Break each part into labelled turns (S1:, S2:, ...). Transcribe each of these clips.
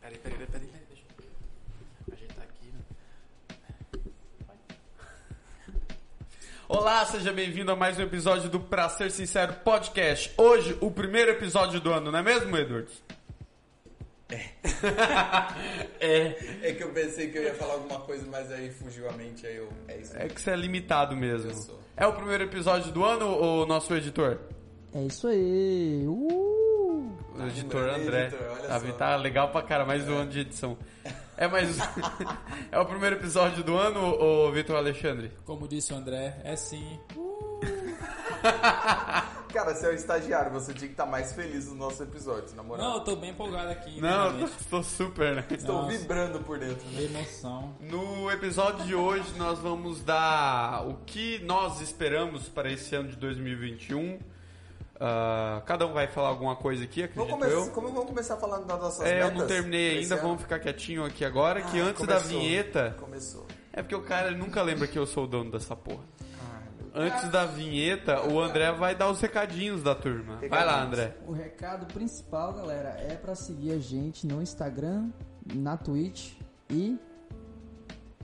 S1: tá né?
S2: Olá, seja bem-vindo a mais um episódio do Pra Ser Sincero Podcast. Hoje, o primeiro episódio do ano, não é mesmo, Edwards?
S3: É que eu pensei que eu ia falar alguma coisa, mas aí fugiu a mente, aí eu. É isso.
S2: É que você é limitado mesmo.
S3: Eu sou.
S2: É o primeiro episódio do ano, o nosso editor?
S4: É isso aí. Uh!
S2: O editor
S3: lembrando,
S2: André.
S3: Ah, é, editor, olha
S2: Tá,
S3: só.
S2: tá legal pra cara, mais um ano de edição. É mais. é o primeiro episódio do ano, o Vitor Alexandre?
S1: Como disse o André, é sim.
S3: Cara, você é o estagiário, você tinha que estar mais feliz no nosso episódio, na
S1: Não,
S3: moral.
S1: eu tô bem empolgado aqui.
S2: Não, eu
S1: realmente.
S2: tô super, né?
S3: Estou
S1: nossa.
S3: vibrando por dentro, né?
S1: Emoção.
S2: No episódio de hoje nós vamos dar o que nós esperamos para esse ano de 2021. Ah, cada um vai falar alguma coisa aqui, acredito
S3: Vamos começar,
S2: eu.
S3: como vamos começar falando das nossas
S2: É, eu
S3: metas?
S2: não terminei
S3: pra esse
S2: ainda,
S3: ano?
S2: vamos ficar quietinho aqui agora, que
S3: Ah,
S2: antes da
S3: começou.
S2: vinheta...
S3: Começou.
S2: É porque o cara ele nunca lembra que eu sou o dono dessa porra.
S3: Ai, meu
S2: Antes da vinheta, o André vai dar os recadinhos da turma. Vai lá, André.
S4: O recado principal, galera, é pra seguir a gente no Instagram, na Twitch e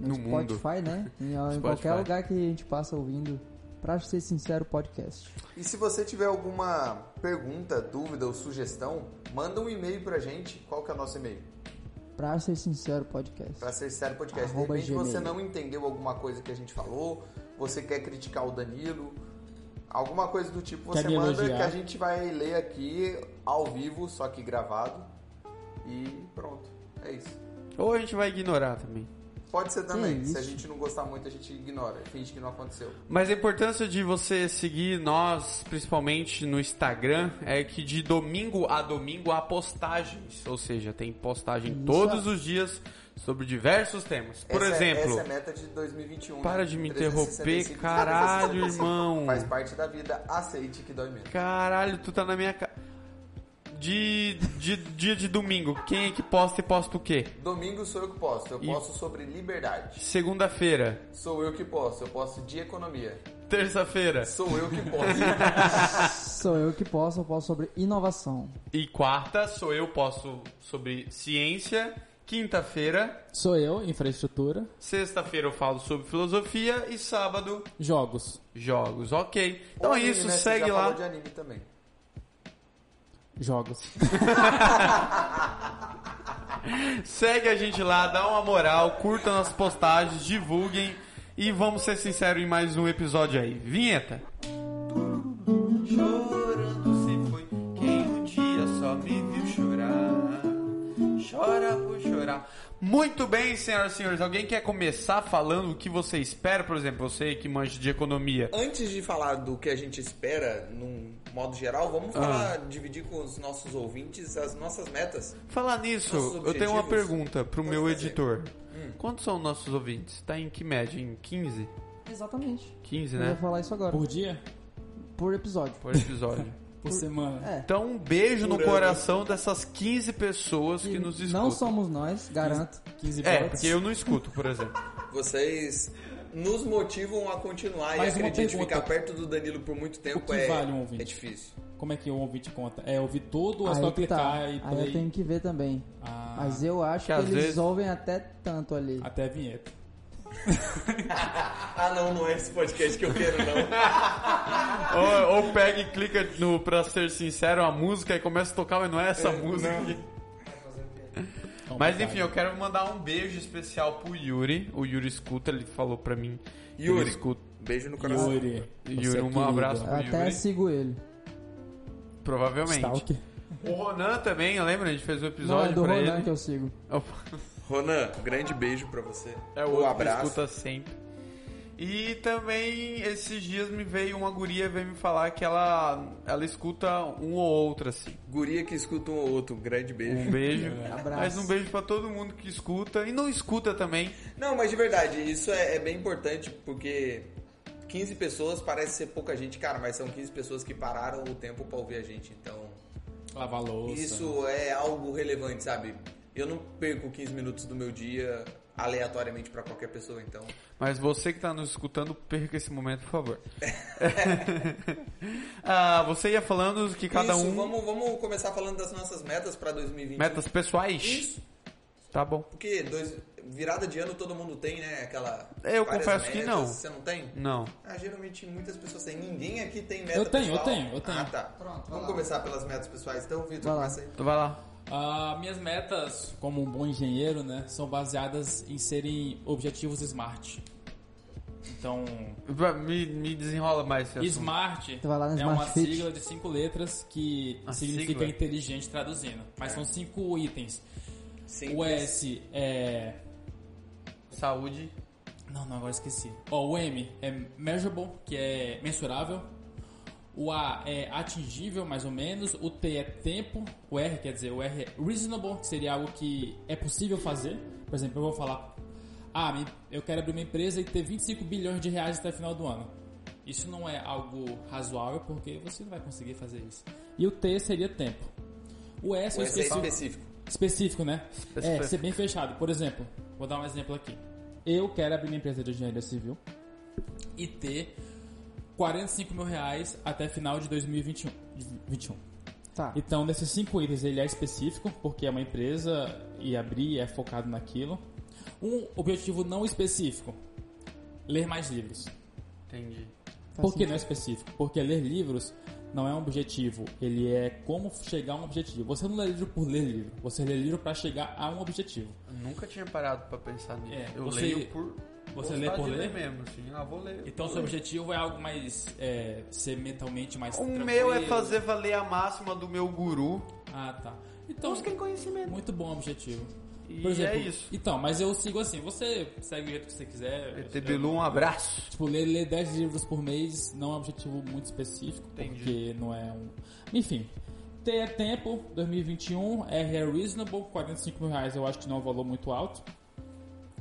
S2: No mundo.
S4: Spotify, né? Em, em
S2: Spotify.
S4: qualquer lugar que a gente passa ouvindo. Pra ser sincero, podcast.
S3: E se você tiver alguma pergunta, dúvida ou sugestão, manda um e-mail pra gente. Qual que é o nosso e-mail?
S4: Pra ser sincero, podcast.
S3: Pra ser sério podcast. De
S4: Arroba
S3: repente
S4: gmail.
S3: você não entendeu alguma coisa que a gente falou, você quer criticar o Danilo, alguma coisa do tipo,
S1: Quer
S3: você
S1: me
S3: manda
S1: elogiar?
S3: que a gente vai ler aqui ao vivo, só que gravado. E pronto. É isso.
S2: Ou a gente vai ignorar também.
S3: Pode ser também.
S4: Que
S3: Se a
S4: isso?
S3: gente não gostar muito, a gente ignora. Finge que não aconteceu.
S2: Mas a importância de você seguir nós, principalmente no Instagram, é que de domingo a domingo há postagens. Ou seja, tem postagem
S4: Isso.
S2: todos os dias sobre diversos temas. Por
S3: Essa é-
S2: exemplo,
S3: essa é a meta de 2021.
S2: para
S3: né?
S2: de me
S3: 365
S2: interromper, caralho, irmão.
S3: Faz parte da vida, aceite que dói menos.
S2: Caralho, tu tá na minha cara. De, de dia de domingo, quem é que posta e posta o quê?
S3: Domingo sou eu que posto. Eu
S2: E-
S3: posto sobre liberdade.
S2: Segunda-feira,
S3: Sou eu que posto. Eu posto de economia.
S2: terça-feira
S3: Sou eu que posto.
S4: Sou eu que posso, eu posso sobre inovação.
S2: e quarta sou eu posto sobre ciência. Quinta-feira
S1: Sou eu, infraestrutura,
S2: Sexta-feira eu falo sobre filosofia e sábado
S1: jogos,
S2: jogos, ok? Então
S3: Anime,
S2: é isso,
S3: né? Você
S2: segue
S3: já
S2: lá.
S3: Falou de anime também.
S1: jogos.
S2: Segue a gente lá, dá uma moral, curta nossas postagens, divulguem e vamos ser sinceros em mais um episódio aí. Vinheta! Chorando se foi quem um dia só me viu chorar. Chora por chorar. Muito bem, senhoras e senhores. Alguém quer começar falando o que você espera? Por exemplo, você que manja de economia.
S3: Antes de falar do que a gente espera, num modo geral, vamos
S1: Ah.
S3: falar, dividir com os nossos ouvintes as nossas metas.
S2: Falar nisso,
S3: Nossos
S2: eu tenho uma
S3: objetivos?
S2: pergunta pro
S3: Pode
S2: meu
S3: fazer.
S2: editor. Quantos são nossos ouvintes? Tá em que média? Em 15?
S4: Exatamente.
S2: 15,
S4: Eu ia
S2: né?
S4: falar isso agora.
S1: Por dia?
S4: Por episódio.
S2: Por episódio.
S1: Por semana?
S4: É.
S2: Então, um beijo no
S3: Por ano.
S2: coração dessas 15 pessoas que
S4: E
S2: nos escutam.
S4: não somos nós, garanto.
S1: 15
S2: É,
S1: blocos?
S2: porque eu não escuto, por exemplo.
S3: Vocês nos motivam a continuar
S1: Mais
S3: e
S1: uma
S3: acredite,
S1: pergunta.
S3: ficar perto do Danilo por muito tempo
S1: que
S3: é,
S1: vale um ouvinte?
S3: é difícil.
S1: Como é que o ouvinte conta? É ouvir todo ou é só
S4: Aí que
S1: clicar
S4: tá.
S1: e
S4: Aí eu
S1: play?
S4: tenho que ver também.
S1: Ah,
S4: Mas eu acho
S2: Que
S4: que,
S2: às
S4: eles
S2: vezes-
S4: ouvem até tanto ali.
S1: Até a vinheta.
S3: Ah, não, não é esse podcast que eu quero, não.
S2: ou, ou pega e clica no pra ser sincero a música e começa a tocar, mas não é essa música. aqui. Mas enfim, eu quero mandar um beijo especial pro Yuri. O Yuri escuta, ele falou pra mim. ele
S3: Yuri.
S2: escuta.
S3: Beijo no coração.
S1: Yuri,
S2: Yuri,
S1: você é
S2: um
S1: querido.
S2: abraço.
S4: Eu
S2: Yuri.
S4: até sigo ele.
S2: Provavelmente.
S1: Stalker.
S2: O Ronan também, lembra? A gente fez um
S4: Não, é
S2: episódio
S4: do
S2: pra
S4: Ronan
S2: ele.
S4: que eu sigo.
S3: Ronan, grande beijo pra você.
S2: É o
S3: Um
S2: outro que
S3: abraço.
S2: escuta sempre. E também esses dias me veio uma guria veio me falar que ela ela escuta um ou outro assim.
S3: Guria que escuta um ou outro, grande beijo.
S2: Um beijo.
S4: Abraço.
S2: Mas um beijo pra todo mundo que escuta e não escuta também.
S3: Não, mas de verdade, isso é, é bem importante porque 15 pessoas parece ser pouca gente, cara, mas são 15 pessoas que pararam o tempo pra ouvir a gente, então
S1: Lavar louça.
S3: isso é algo relevante, sabe? Eu não perco 15 minutos do meu dia aleatoriamente pra qualquer pessoa, então.
S2: Mas você que tá nos escutando, perca esse momento, por favor. ah, você ia falando que cada
S3: isso,
S2: um
S3: vamos, vamos começar falando das nossas metas pra 2020.
S2: metas pessoais.
S3: um. Isso,
S2: Tá bom.
S3: porque dois, virada de ano todo mundo tem, né? Aquela.
S2: É, Eu
S3: várias
S2: confesso que
S3: metas.
S2: não.
S3: Você não tem?
S2: Não.
S3: Ah, geralmente muitas pessoas têm. Ninguém aqui tem meta
S1: Eu tenho, eu
S3: pessoal.
S1: tenho, eu tenho.
S3: Ah, tá.
S4: Pronto, vai
S3: Vamos
S4: lá.
S3: começar pelas metas pessoais. Então, Vitor,
S4: Vai lá.
S3: começa aí.
S2: Então vai lá.
S1: Ah, minhas metas, como um bom engenheiro, né, são baseadas em serem objetivos smart. Então,
S2: Vai, Me, me desenrola mais assim, esse assunto.
S1: smart
S4: Então vai lá no
S1: é
S4: Smart
S1: uma
S4: Fit.
S1: sigla de cinco letras que
S2: A
S1: significa
S2: sigla. É.
S1: inteligente traduzindo. Mas são cinco itens.
S3: Sim.
S1: O S é
S2: Saúde.
S1: Não, não, agora esqueci. Ó, o M é measurable, que é mensurável. O A é atingível, mais ou menos. O T é tempo. O R, quer dizer, o R é reasonable, que seria algo que é possível fazer. Por exemplo, eu vou falar: Ah, me- eu quero abrir uma empresa e ter 25 bilhões de reais até o final do ano. Isso não é algo razoável, porque você não vai conseguir fazer isso. E o T seria tempo. O S,
S3: O
S1: eu
S3: S é
S1: esqueci
S3: específico.
S1: específico, né? É,
S2: Específico.
S1: ser bem fechado. Por exemplo, vou dar um exemplo aqui. Eu quero abrir minha empresa de engenharia civil e ter 45 mil reais até final de 2021. de 21.
S4: Tá.
S1: Então, desses cinco itens, ele é específico, porque é uma empresa e abrir é focado naquilo. Um objetivo não específico, ler mais livros.
S2: Entendi.
S4: Tá
S1: Por que
S4: assim.
S1: não é específico? Porque ler livros não é um objetivo, ele é como chegar a um objetivo. Você não lê livro por ler livro, você lê livro para chegar a um objetivo.
S2: Eu nunca tinha parado pra pensar nisso.
S1: É,
S2: eu
S1: você-
S2: leio por.
S1: você
S2: gostar
S1: lê por
S2: de
S1: ler?
S2: mesmo, assim. Ah, vou ler.
S1: Então seu objetivo é algo mais é, ser mentalmente mais
S2: O
S1: tranquilo.
S2: meu é fazer valer a máxima do meu guru.
S1: Ah, tá. Então
S2: conhecimento.
S1: muito bom objetivo.
S2: E
S1: Por exemplo,
S2: é isso.
S1: Então, mas eu sigo assim, você segue do jeito que você quiser.
S2: ET
S1: eu-
S2: Bilu, um abraço.
S1: Tipo, ler, ler 10 livros por mês não é um objetivo muito específico,
S2: Entendi.
S1: porque não é um. Enfim. T é tempo, 2021, R é reasonable, 45 mil reais eu acho que não é um valor muito alto.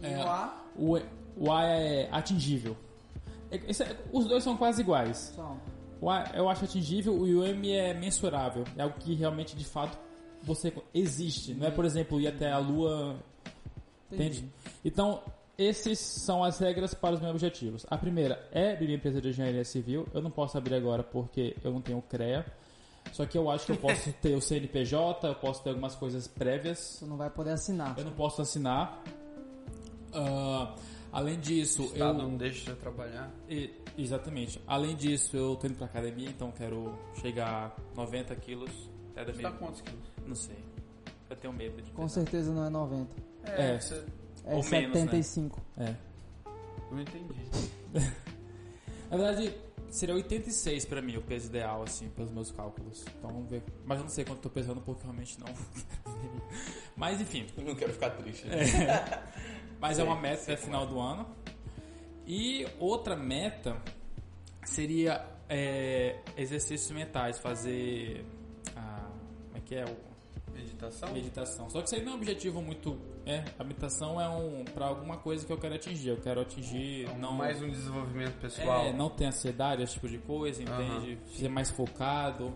S4: E
S1: É.
S4: o A?
S1: O, E- o A é atingível. É- esse é- os dois são quase iguais.
S4: Só um.
S1: O A eu acho atingível e o M é mensurável. É algo que realmente, de fato, você existe. Não é, por exemplo, ir até a Lua. Entende?
S4: Entendi.
S1: Então, essas são as regras para os meus objetivos. A primeira é abrir minha empresa de engenharia civil. Eu não posso abrir agora porque eu não tenho CREA. Só que eu acho que eu posso ter o CNPJ, eu posso ter algumas coisas prévias.
S4: Tu não vai poder assinar.
S1: Eu não posso assinar. Ah, além disso,
S2: Tá,
S1: eu.
S2: não deixa eu trabalhar.
S1: E- exatamente. Além disso, eu tô indo pra academia, então quero chegar a 90 quilos até
S2: Você tá
S1: 2000.
S2: quantos quilos?
S1: Não sei. Eu tenho medo de.
S4: Com
S1: pesar.
S4: certeza não é 90.
S1: É.
S2: você-
S4: É
S1: Ou menos, né?
S4: 75.
S1: É.
S2: Eu entendi.
S1: Na verdade, seria 86 pra mim o peso ideal, assim, pelos meus cálculos. Então vamos ver. Mas eu não sei quanto eu tô pesando porque eu realmente não. Mas enfim.
S3: Eu não quero ficar triste.
S1: É. Mas é uma meta até final do ano. E outra meta seria é, exercícios mentais, fazer. ah, como é que é? O,
S2: Meditação?
S1: Meditação. Só que isso aí não é um objetivo muito. É, a meditação é um para alguma coisa que eu quero atingir. Eu quero atingir
S2: Um-
S1: não
S2: Mais um desenvolvimento pessoal.
S1: é, não ter ansiedade, esse tipo de coisa,
S2: Aham.
S1: entende? Ser mais focado.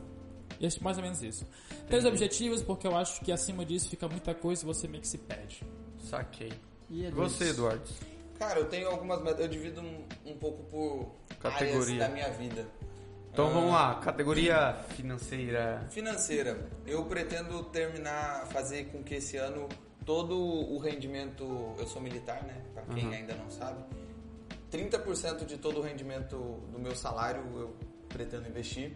S1: E acho mais ou menos isso. Três objetivos, porque eu acho que acima disso fica muita coisa e você meio que se perde.
S2: Saquei.
S4: E é dois.
S2: Você, Eduardo.
S3: Cara, eu tenho algumas metas. Eu divido um, um pouco por
S2: Categoria.
S3: áreas da minha vida. Ah,
S1: Ah,
S2: Então vamos lá, categoria financeira.
S3: Financeira. Eu pretendo terminar, fazer com que esse ano todo o rendimento. Eu sou militar, né? Pra quem ainda não sabe. 30% de todo o rendimento do meu salário eu pretendo investir,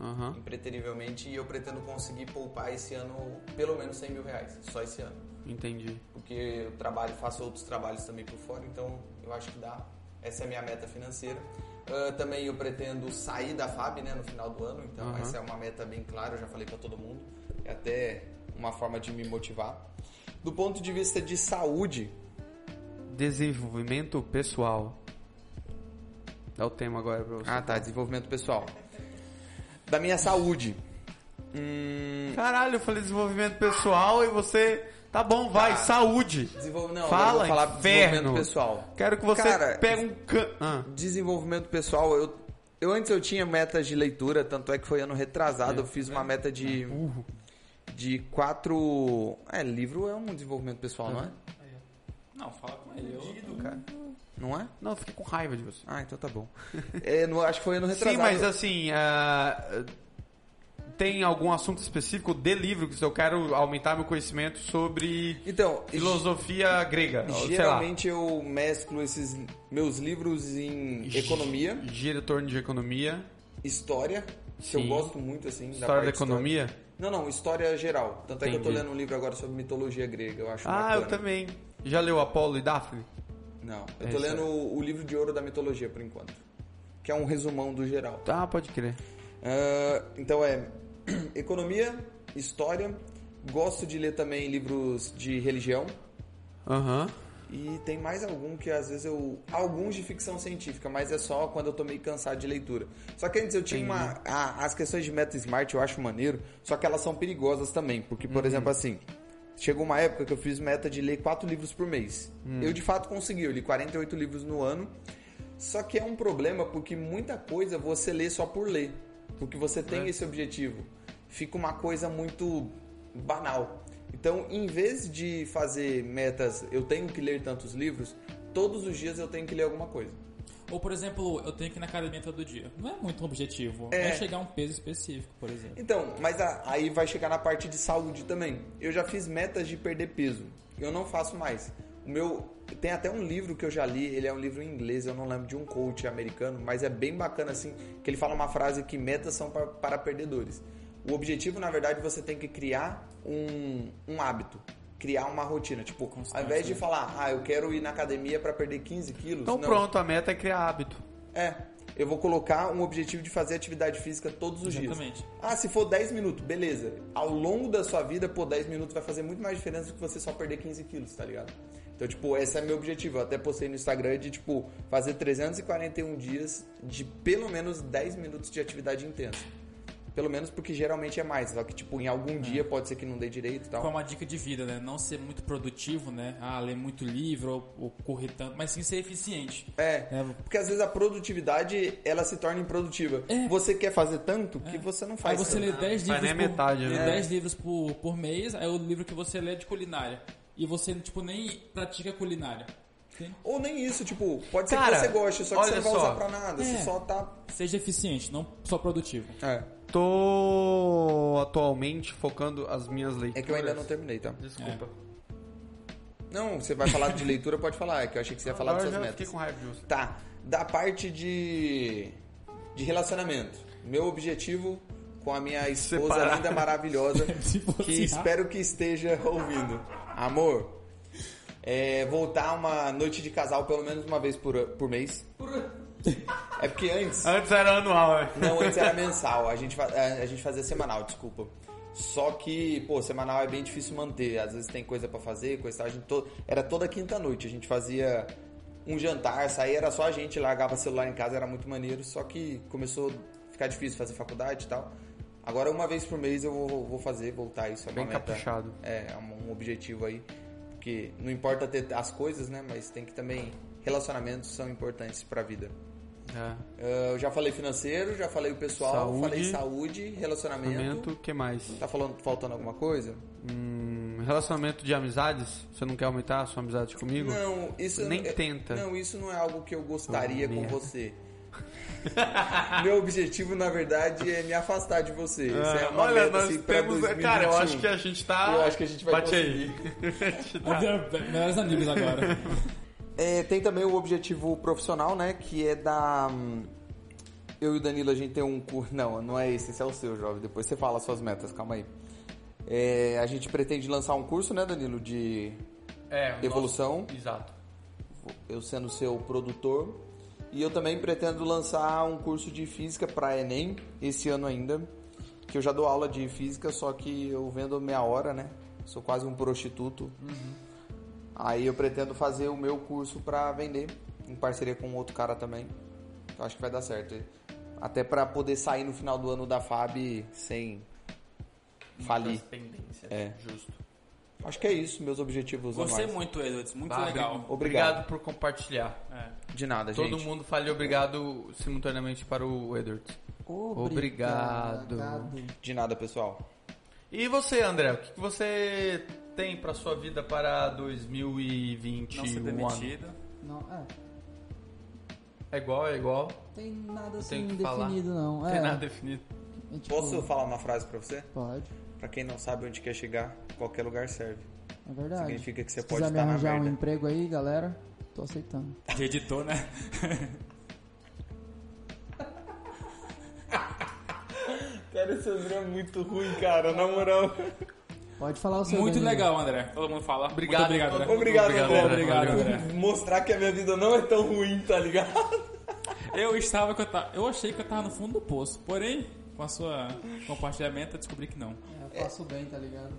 S2: Aham.
S3: impreterivelmente, e eu pretendo conseguir poupar esse ano pelo menos 100 mil reais, só esse ano.
S2: Entendi.
S3: porque eu trabalho, faço outros trabalhos também por fora, então eu acho que dá. Essa é a minha meta financeira. Ah, também eu pretendo sair da FAB né, no final do ano, então
S2: Aham.
S3: essa é uma meta bem clara, eu já falei para todo mundo. É até uma forma de me motivar. Do ponto de vista de saúde,
S2: Desenvolvimento pessoal. Dá o tema agora pra você.
S3: ah tá, desenvolvimento pessoal. Da minha saúde. Hum,
S2: Caralho, eu falei desenvolvimento pessoal e você. Tá bom, vai,
S3: Tá.
S2: saúde.
S3: desenvol... Não, eu
S2: Fala,
S3: vou falar
S2: inferno.
S3: desenvolvimento pessoal.
S2: Quero que você
S3: Cara,
S2: pegue um can... ah,
S3: desenvolvimento pessoal, eu, eu antes eu tinha metas de leitura, tanto é que foi ano retrasado, eu fiz uma meta de
S2: né? É um burro.
S3: de quatro, é, livro é um desenvolvimento pessoal, não é?
S1: Não, fala com ele. Eu...
S3: Não é?
S2: Não, eu fiquei com raiva de você.
S3: Ah, então tá bom. É, no- acho que foi ano retrasado.
S2: Sim, mas assim, ah, tem algum assunto específico de livro que eu quero aumentar meu conhecimento sobre
S3: Então,
S2: filosofia grega, sei lá.
S3: geralmente eu mesclo esses meus livros em economia,
S2: Gira em torno de economia,
S3: história, que
S2: Sim.
S3: eu gosto muito assim.
S2: história da
S3: parte histórica.
S2: economia.
S3: Não, não, história geral. Tanto é que eu tô
S2: Entendi.
S3: lendo um livro agora sobre mitologia grega, eu acho
S2: Ah,
S3: bacana.
S2: eu também. Já leu Apolo e Daphne?
S3: Não,
S2: É
S3: eu
S2: isso
S3: tô
S2: aí.
S3: lendo o, o livro de ouro da mitologia por enquanto, que é um resumão do geral.
S2: Ah, pode crer.
S3: Ah, então é economia, história, gosto de ler também livros de religião
S2: Aham.
S3: e tem mais algum que às vezes eu alguns de ficção científica, mas é só quando eu tô meio cansado de leitura. Só que antes eu tinha uma ah, as questões de meta smart eu acho maneiro, só que elas são perigosas também, porque
S2: Uhum.
S3: por exemplo assim, chegou uma época que eu fiz meta de ler quatro livros por mês.
S2: Hum.
S3: Eu de fato consegui, eu li 48 livros no ano. Só que é um problema porque muita coisa você lê só por ler. Porque você tem esse objetivo. Fica uma coisa muito banal. Então, em vez de fazer metas, eu tenho que ler tantos livros, todos os dias eu tenho que ler alguma coisa.
S1: Ou, por exemplo, eu tenho que ir na academia todo dia. Não é muito um objetivo. É,
S3: É.
S1: chegar a um peso específico, por exemplo.
S3: Então, mas a- aí vai chegar na parte de saúde também. Eu já fiz metas de perder peso. Eu não faço mais. O meu tem até um livro que eu já li, ele é um livro em inglês, eu não lembro de um coach americano, mas é bem bacana assim, que ele fala uma frase que metas são para, para perdedores. O objetivo, na verdade, você tem que criar um, um hábito, criar uma rotina. Tipo, ao
S1: Constante,
S3: invés de
S1: né?
S3: falar, ah, eu quero ir na academia para perder 15 quilos.
S2: Então
S3: não.
S2: pronto, a meta é criar hábito.
S3: É, eu vou colocar um objetivo de fazer atividade física todos os
S1: Exatamente.
S3: dias. Ah, se for 10 minutos, beleza. Ao longo da sua vida, pô, 10 minutos vai fazer muito mais diferença do que você só perder 15 quilos, tá ligado? Então, tipo, esse é meu objetivo. Eu até postei no Instagram de, tipo, fazer 341 dias de pelo menos 10 minutos de atividade intensa. Pelo menos porque geralmente é mais. Só que, tipo, em algum dia pode ser que não dê direito e
S1: Foi
S3: tal.
S1: Então, é uma dica de vida, né? Não ser muito produtivo, né? Ah, ler muito livro ou, ou correr tanto, mas sim ser eficiente.
S3: É,
S1: É.
S3: porque às vezes a produtividade, ela se torna improdutiva.
S1: É.
S3: Você quer fazer tanto que você não faz
S1: Aí você
S3: tanto.
S1: lê 10
S2: faz
S1: livros,
S2: nem
S1: por,
S2: metade,
S1: lê
S2: né?
S1: 10 livros por, por mês, aí o livro que você lê é de culinária. E você, tipo, nem pratica culinária. Sim?
S3: Ou nem isso, tipo, pode ser
S2: Cara,
S3: que você goste, só que você
S2: olha
S3: não vai
S2: só.
S3: usar pra nada.
S1: É.
S3: Você só tá.
S1: Seja eficiente, não só produtivo.
S3: É.
S2: Tô atualmente focando as minhas leituras.
S3: É
S2: É.
S3: que eu ainda não terminei, tá?
S2: Desculpa.
S3: Não, você vai falar de leitura, pode falar. É que eu achei que você ia falar
S2: Agora
S3: das
S2: eu já
S3: suas
S2: fiquei
S3: metas.
S2: com raiva de você.
S3: Tá. Da parte de. de relacionamento. Meu objetivo com a minha esposa
S2: Separar.
S3: linda, maravilhosa, que
S1: Divorciar.
S3: espero que esteja ouvindo. Amor, é, voltar a uma noite de casal pelo menos uma vez por, por mês. É porque antes.
S2: Antes era anual, né?
S3: Não, antes era mensal. A gente, fa- a a gente fazia semanal, desculpa. Só que, pô, semanal é bem difícil manter. Às vezes tem coisa pra fazer, coisa e tal. A gente to- Era toda quinta-noite. A gente fazia um jantar, saía, era só a gente, largava celular em casa, era muito maneiro. Só que começou a ficar difícil fazer faculdade e tal. Agora, uma vez por mês eu vou, vou fazer, voltar isso. É uma
S2: Bem
S3: meta.
S2: caprichado.
S3: É, é um um objetivo aí. Porque não importa ter as coisas, né? Mas tem que também... Relacionamentos são importantes pra vida.
S2: É.
S3: Ah, Eu já falei financeiro, já falei o pessoal,
S2: Saúde.
S3: falei saúde, relacionamento.
S2: Relacionamento, o que mais?
S3: Tá falando, faltando alguma coisa?
S2: Hum, relacionamento de amizades? Você não quer aumentar a sua amizade comigo?
S3: Não, isso
S2: Nem
S3: eu-
S2: tenta.
S3: Não, isso não é algo que eu gostaria
S2: Oh,
S3: com
S2: merda.
S3: você. Meu objetivo, na verdade, é me afastar de você. Isso é uma
S2: Ah, olha,
S3: meta,
S2: nós
S3: assim, pra
S2: temos. Cara, eu
S3: 2021.
S2: acho que a gente tá.
S3: Eu acho que a gente vai
S2: Bate aí.
S1: é Melhores amigos agora.
S3: É, tem também o objetivo profissional, né? Que é da. hum, Eu e o Danilo, a gente tem um curso. Não, não é esse, esse é o seu, jovem. Depois você fala as suas metas, calma aí. É, a gente pretende lançar um curso, né, Danilo? De
S2: É, o
S3: evolução.
S2: nosso- Exato.
S3: eu sendo seu produtor. E eu também pretendo lançar um curso de física para Enem esse ano ainda, que eu já dou aula de física, só que eu vendo meia hora, né? Sou quase um prostituto. Aí eu pretendo fazer o meu curso para vender, em parceria com outro cara também. Eu acho que vai dar certo. Até para poder sair no final do ano da FAB sem falir.
S2: É. Justo.
S3: Acho que é isso, meus objetivos
S1: Gostei
S3: anuais.
S1: muito, Edwards. Muito
S2: Vai,
S1: legal.
S2: Obrigado.
S3: Obrigado.
S2: por compartilhar.
S1: É.
S3: De nada, gente.
S2: Todo mundo fale obrigado simultaneamente para o Edward. Obrigado.
S3: De nada, pessoal.
S2: E você, André, o que que você tem para sua vida para 2021?
S1: Não ser demitido.
S4: Não, é,
S2: É igual, é igual.
S4: tem nada
S2: Eu tenho
S4: assim
S2: que falar.
S4: definido, não.
S2: Não
S4: é,
S2: tem nada definido.
S4: É tipo-
S3: Posso falar uma frase pra você?
S4: Pode.
S3: Pra quem não sabe onde quer chegar, qualquer lugar serve.
S4: É verdade.
S3: Significa que você
S4: Se
S3: pode
S4: quiser me
S3: estar na
S4: arranjar um
S3: merda.
S4: emprego aí, galera, tô aceitando.
S1: De editor, né?
S3: Cara, esse André é muito ruim, cara, na moral.
S4: Pode falar o seu
S1: Muito
S4: Danilo.
S1: legal, André. Todo mundo fala.
S2: Obrigado,
S1: Muito obrigado,
S2: todo
S1: André.
S2: mundo.
S3: Obrigado,
S2: Obrigado,
S3: André.
S2: André.
S1: Obrigado,
S3: Por
S1: André.
S3: Mostrar que a minha vida não é tão ruim, tá ligado?
S1: Eu estava que eu ta- Eu achei que eu tava no fundo do poço. Porém, com a sua compartilhamento, eu descobri que não.
S4: É, eu faço bem, tá ligado?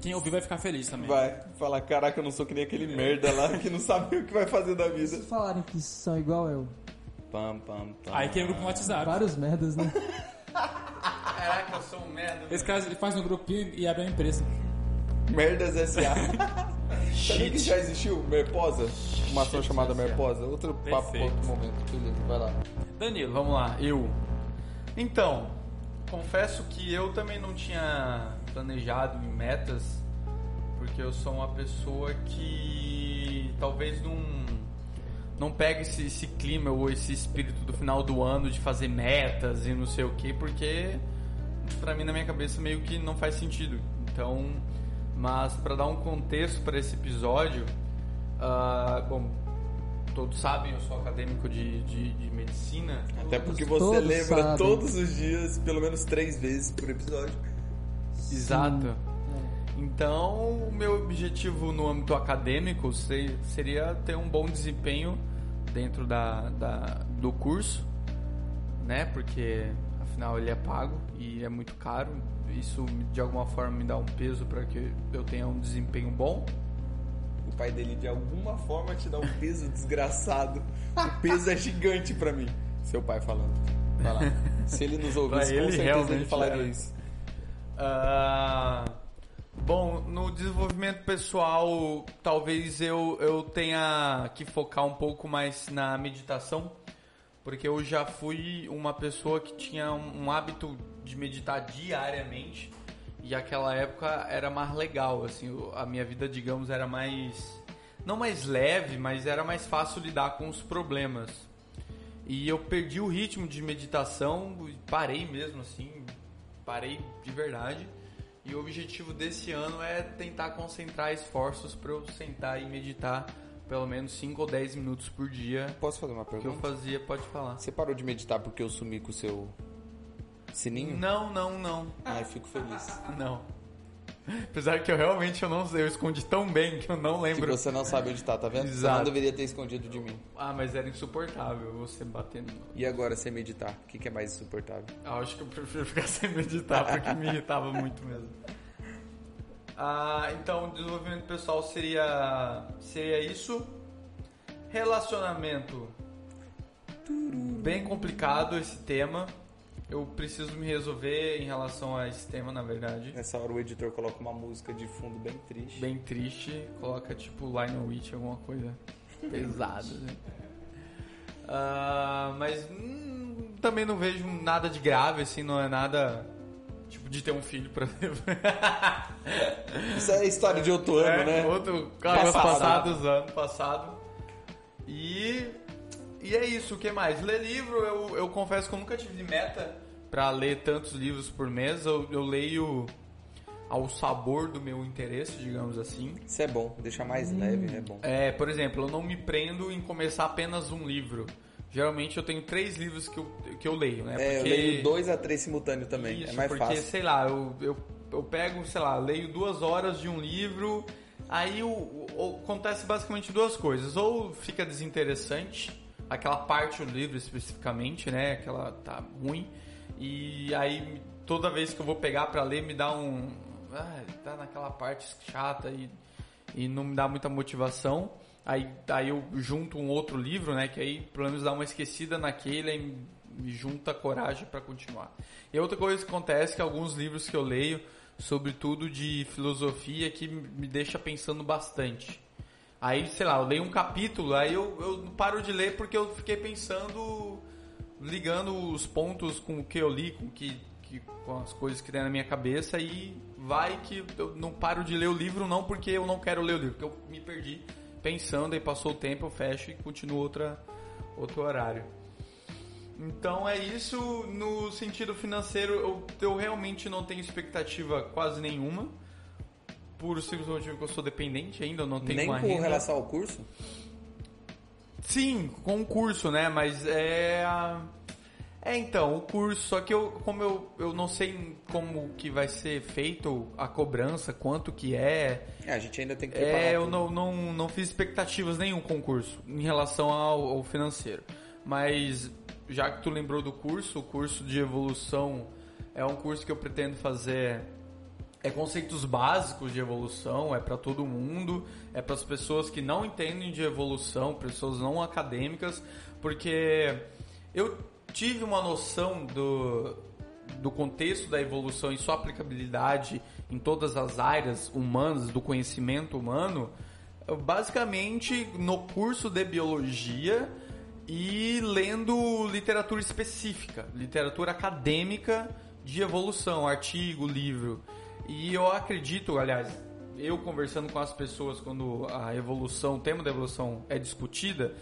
S1: Quem ouvir vai ficar feliz também.
S3: Vai, falar, caraca, eu não sou que nem aquele merda lá que não sabe o que vai fazer da vida.
S4: Vocês falarem que são igual eu.
S3: Pam, pam, pam.
S1: Aí quem é grupo no WhatsApp.
S4: Vários merdas, né?
S2: Caraca, eu sou um merda.
S1: Esse cara ele faz um grupinho e abre a empresa.
S3: Merdas S.A. Sabia que já existiu Merposa? Uma ação chamada Merposa? Outro papo,
S1: Perfeito.
S3: outro momento. Felipe, vai lá.
S2: Danilo, vamos lá, eu. Então, confesso que eu também não tinha planejado em metas, porque eu sou uma pessoa que talvez não não pega esse, esse clima ou esse espírito do final do ano de fazer metas e não sei o que, porque pra mim na minha cabeça meio que não faz sentido. Então, mas pra dar um contexto pra esse episódio, ah, bom, todos sabem, eu sou acadêmico de, de, de medicina.
S3: Até porque você
S4: Todos
S3: lembra
S4: sabem.
S3: todos os dias, pelo menos três vezes por episódio.
S2: Exato.
S4: É.
S2: Então, o meu objetivo no âmbito acadêmico se- seria ter um bom desempenho dentro da, da- do curso, né? Porque afinal ele é pago e é muito caro. Isso de alguma forma me dá um peso para que eu tenha um desempenho bom.
S3: O pai dele, de alguma forma, te dá um peso desgraçado. O peso é gigante pra mim. Seu pai falando. Vai lá. Se ele nos
S2: Pra
S3: ouvisse,
S2: ele,
S3: com certeza ele
S2: realmente, é.
S3: falaria
S2: era.
S3: isso.
S2: Ah, bom, no desenvolvimento pessoal, talvez eu, eu tenha que focar um pouco mais na meditação, porque eu já fui uma pessoa que tinha um, um hábito de meditar diariamente, e aquela época era mais legal, assim, o- a minha vida, digamos, era mais. Não mais leve, mas era mais fácil lidar com os problemas. E eu perdi o ritmo de meditação, e parei mesmo assim, parei de verdade. E o objetivo desse ano é tentar concentrar esforços para eu sentar e meditar pelo menos 5 ou 10 minutos por dia.
S3: Posso fazer uma
S2: O que eu
S3: pergunta?
S2: fazia, pode falar.
S3: Você parou de meditar porque eu sumi com o seu sininho?
S2: Não, Ah, não, não,
S3: Ai, fico feliz.
S2: não. Apesar que eu realmente eu não sei, eu escondi tão bem que eu não
S3: Que
S2: lembro.
S3: você não sabe onde tá, tá vendo? Você não
S2: Exato.
S3: deveria ter escondido de mim.
S2: Ah, mas era insuportável você batendo.
S3: E agora, sem meditar, o que, que é mais insuportável?
S2: Ah, acho que eu prefiro ficar sem meditar, porque me irritava muito mesmo. Ah, então, desenvolvimento pessoal seria, seria isso. Relacionamento. Bem complicado esse tema. Eu preciso me resolver em relação a esse tema, na verdade.
S3: Nessa hora o editor coloca uma música de fundo bem triste.
S2: Bem triste. Coloca tipo Lionel Witch, alguma coisa pesada. né? Ah, mas hum, também não vejo nada de grave, assim, não é nada tipo de ter um filho pra
S3: Isso é história de outro ano,
S2: É,
S3: né?
S2: Outro cara
S3: Passado.
S2: passados, ano passado. E, e é isso, o que mais? Ler livro, eu, eu confesso que eu nunca tive meta pra ler tantos livros por mês. Eu, eu leio ao sabor do meu interesse, digamos assim.
S3: Isso é bom, deixa mais leve, é bom.
S2: É, por exemplo, eu não me prendo em começar apenas um livro. Geralmente eu tenho três livros que eu, que eu leio, né?
S3: É, eu leio dois a três simultâneo também,
S2: Isso,
S3: é mais
S2: porque,
S3: fácil.
S2: sei lá, eu, eu, eu pego, sei lá, leio duas horas de um livro, aí o, o- acontece basicamente duas coisas. Ou fica desinteressante, aquela parte do livro especificamente, né? Aquela tá ruim. E aí toda vez que eu vou pegar pra ler me dá um. Ah, tá naquela parte chata e, e não me dá muita motivação. Aí, aí eu junto um outro livro, né? Que aí pelo menos dá uma esquecida naquele e me junta coragem pra continuar. E outra coisa que acontece é que alguns livros que eu leio, sobretudo de filosofia, que me deixa pensando bastante. Aí, sei lá, eu leio um capítulo, aí eu, eu não paro de ler porque eu fiquei pensando, ligando os pontos com o que eu li, com, o que, que- com as coisas que tem na minha cabeça, e vai que eu não paro de ler o livro, não porque eu não quero ler o livro, porque eu me perdi pensando, aí passou o tempo, eu fecho e continuo outra, outro horário. Então é isso no sentido financeiro. Eu, eu realmente não tenho expectativa quase nenhuma. Por simples motivo que eu sou dependente ainda, eu não tenho
S3: Nem
S2: uma
S3: com
S2: renda.
S3: relação ao curso?
S2: Sim, com o curso, né? Mas é. a- É então, o curso, só que eu, como eu, eu não sei como que vai ser feito a cobrança, quanto que é.
S3: É, a gente ainda tem que preparar.
S2: É, eu
S3: tudo.
S2: não, não, não fiz expectativas nenhum com o curso em relação ao, ao financeiro. Mas já que tu lembrou do curso, o curso de evolução é um curso que eu pretendo fazer. É conceitos básicos de evolução, é para todo mundo, é para as pessoas que não entendem de evolução, pessoas não acadêmicas, porque eu tive uma noção do, do contexto da evolução e sua aplicabilidade em todas as áreas humanas do conhecimento humano, basicamente no curso de biologia e lendo literatura específica, literatura acadêmica de evolução, artigo, livro. E eu acredito, aliás, eu conversando com as pessoas quando a evolução, o tema da evolução é discutida,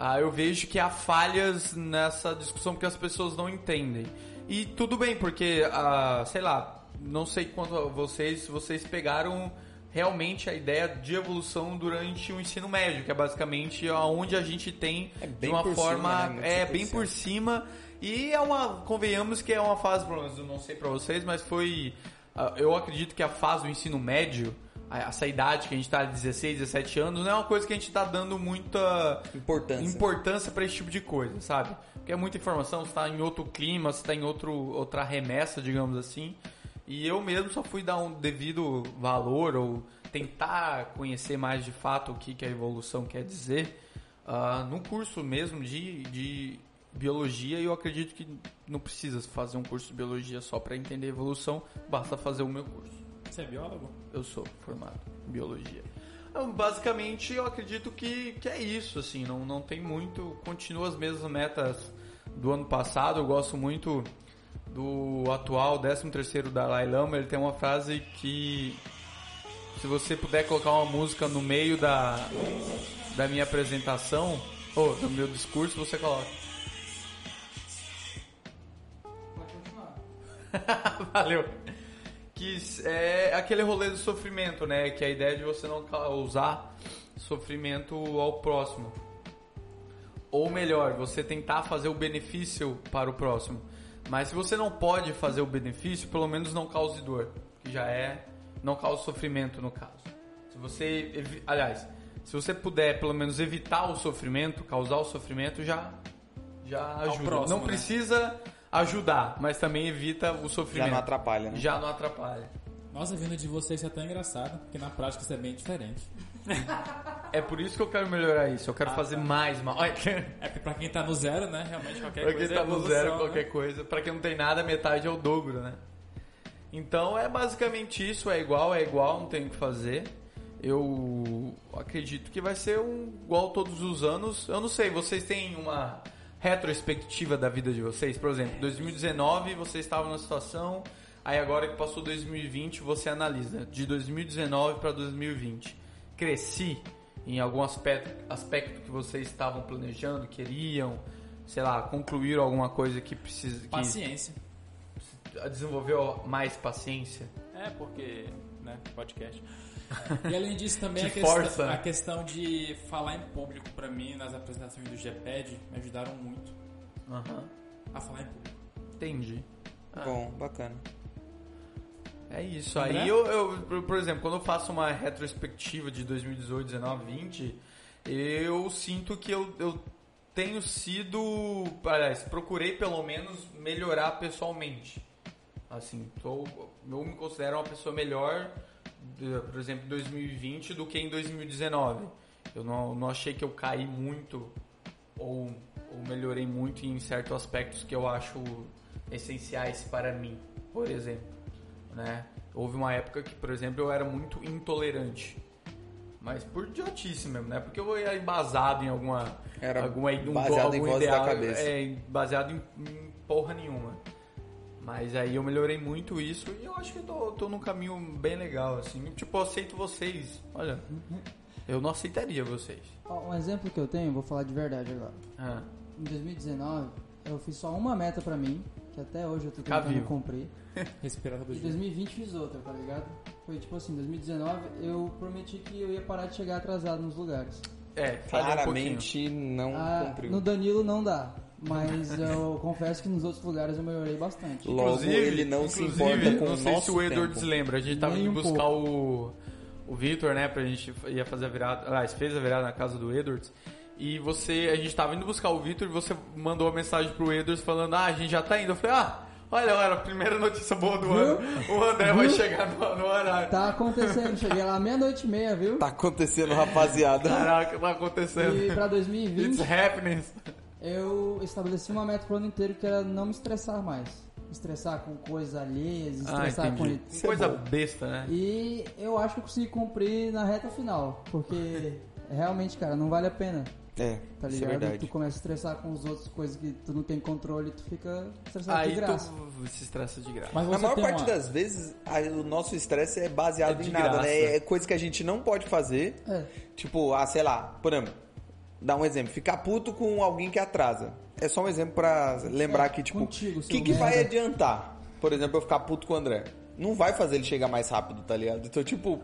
S2: ah, eu vejo que há falhas nessa discussão porque as pessoas não entendem. E tudo bem, porque, ah, sei lá, não sei quanto a vocês, vocês pegaram realmente a ideia de evolução durante o ensino médio, que é basicamente onde a gente tem
S3: É
S2: de
S3: bem
S2: uma
S3: por cima,
S2: forma
S3: né? Muito
S2: é bem
S3: superficial.
S2: por cima e é uma convenhamos que é uma fase pelo menos eu não sei pra vocês mas foi ah, eu acredito que a fase do ensino médio a- essa idade que a gente tá 16 17 anos não é uma coisa que a gente tá dando muita
S3: Importância.
S2: importância pra esse tipo de coisa sabe porque é muita informação você tá em outro clima você tá em outro outra remessa digamos assim e eu mesmo só fui dar um devido valor ou tentar conhecer mais de fato o que que a evolução quer dizer ah, no curso mesmo de, de biologia, eu acredito que não precisa fazer um curso de biologia só para entender a evolução, basta fazer o meu curso.
S1: Você é biólogo?
S2: Eu sou formado em biologia. Então, basicamente, eu acredito que, que é isso, assim, não, não tem muito. Continua as mesmas metas do ano passado, eu gosto muito do atual 13º Dalai Lama, ele tem uma frase que se você puder colocar uma música no meio da, da minha apresentação, ou do meu discurso, você coloca.
S4: Pode continuar.
S2: Valeu. Que é aquele rolê do sofrimento, né? Que a ideia é de você não causar sofrimento ao próximo. Ou melhor, você tentar fazer o benefício para o próximo. Mas se você não pode fazer o benefício, pelo menos não cause dor. Que já é. Não cause sofrimento, no caso. Se você. evi- Aliás, se você puder pelo menos evitar o sofrimento, causar o sofrimento, já. Já ajuda.
S1: próximo,
S2: não
S1: né?
S2: precisa ajudar, mas também evita o sofrimento.
S3: Já não atrapalha, né?
S2: Já não atrapalha.
S1: Nossa, vindo de você isso é tão engraçado, porque na prática isso é bem diferente.
S2: É por isso que eu quero melhorar isso. Eu quero fazer mais mal. Olha,
S1: Ah, tá. É porque pra quem tá no zero, né? Realmente qualquer
S2: pra quem
S1: coisa
S2: tá
S1: é
S2: no
S1: evolução,
S2: zero,
S1: né?
S2: qualquer coisa. Pra quem não tem nada, metade é o dobro, né? Então é basicamente isso. É igual, é igual, não tem o que fazer. Eu acredito que vai ser um igual todos os anos. Eu não sei, vocês têm uma retrospectiva da vida de vocês? Por exemplo, 2019 vocês estavam numa situação, aí agora que passou 2020 você analisa. De 2019 para 2020, cresci em algum aspecto, aspecto que vocês estavam planejando, queriam, sei lá, concluíram alguma coisa que precisa que
S1: Paciência.
S2: desenvolveu mais paciência?
S5: É, porque, né, podcast.
S1: E além disso também
S2: Te
S1: a questão,
S2: força. né?
S1: a questão de falar em público pra mim nas apresentações do GPED me ajudaram muito
S2: Aham.
S1: a falar em público.
S2: Entendi.
S3: Bom, bacana.
S2: É isso.
S1: André?
S2: Aí eu, eu, por- por exemplo, quando eu faço uma retrospectiva de 2018, 19, 20, eu sinto que eu, eu tenho sido. Aliás, procurei pelo menos melhorar pessoalmente. Assim, tô, eu me considero uma pessoa melhor, de- por exemplo, em 2020 do que em 2019. Eu não, não achei que eu caí muito ou, ou melhorei muito em certos aspectos que eu acho essenciais para mim, por exemplo. Né? Houve uma época que, por exemplo, eu era muito intolerante. Mas por idiotice mesmo, né? Porque eu era embasado em alguma.
S3: Era
S2: alguma um-
S3: baseado
S2: algum
S3: em vozes da
S2: ideal,
S3: cabeça.
S2: É, baseado em, em porra nenhuma. Mas aí eu melhorei muito isso e eu acho que eu tô, tô num caminho bem legal, assim. Tipo, eu aceito vocês. Olha, eu não aceitaria vocês.
S4: Ó, um exemplo que eu tenho, vou falar de verdade agora.
S2: Ah,
S4: Em 2019, Eu fiz só uma meta pra mim, que até hoje eu tô
S2: Ficar
S4: tentando
S2: vivo.
S4: cumprir.
S1: Respirar
S4: E
S1: todo
S4: 2020 fiz outra, tá ligado? Foi tipo assim, 2019 eu prometi que eu ia parar de chegar atrasado nos lugares.
S2: É, falhou um pouquinho.
S3: Claramente não
S4: Ah,
S2: tá
S3: cumpriu.
S4: no Danilo não dá, mas eu confesso que nos outros lugares eu melhorei bastante.
S3: Logo, ele não se importa com
S2: não sei
S3: o
S2: se
S3: nosso
S2: o Edwards
S3: tempo.
S2: lembra, a gente tava
S4: Nem
S2: indo
S4: um
S2: buscar o, o Victor, né, pra gente ia fazer a virada, aliás, fez a virada na casa do Edwards, e você, a gente tava indo buscar o Victor e você mandou uma mensagem pro Edwards falando, ah, a gente já tá indo, eu falei, ah, olha, olha, a primeira notícia boa do ano, o André vai chegar no, no horário.
S4: Tá acontecendo, cheguei lá meia-noite e meia, viu?
S3: Tá acontecendo, rapaziada.
S2: Caraca, tá
S4: E
S2: acontecendo.
S4: pra
S2: It's
S4: 2020
S2: happening.
S4: eu estabeleci uma meta pro ano inteiro que era não me estressar mais. Estressar com coisas alheias,
S2: Ah,
S4: estressar com é
S2: entendi. Coisa besta, né?
S4: E eu acho que eu consegui cumprir na reta final, porque realmente, cara, não vale a pena,
S3: É,
S4: tá
S3: isso é
S4: ligado?
S3: verdade.
S4: tu começa a estressar com os outros, coisas que tu não tem controle, tu fica estressado
S2: Aí
S4: é de graça.
S2: tu se estressa de graça.
S1: Mas Então você
S3: Na maior
S1: tem
S3: parte
S1: uma...
S3: das vezes, a- o nosso estresse é baseado
S2: É de
S3: em nada,
S2: graça.
S3: né? É coisa que a gente não pode fazer.
S4: É.
S3: Tipo, ah, sei lá, por exemplo, dá um exemplo, ficar puto com alguém que atrasa. É só um exemplo pra lembrar
S4: É,
S3: que, tipo, o
S4: contigo, seu
S3: que, que vai
S4: merda.
S3: adiantar? Por exemplo, eu ficar puto com o André. Não vai fazer ele chegar mais rápido, tá ligado? Então, tipo,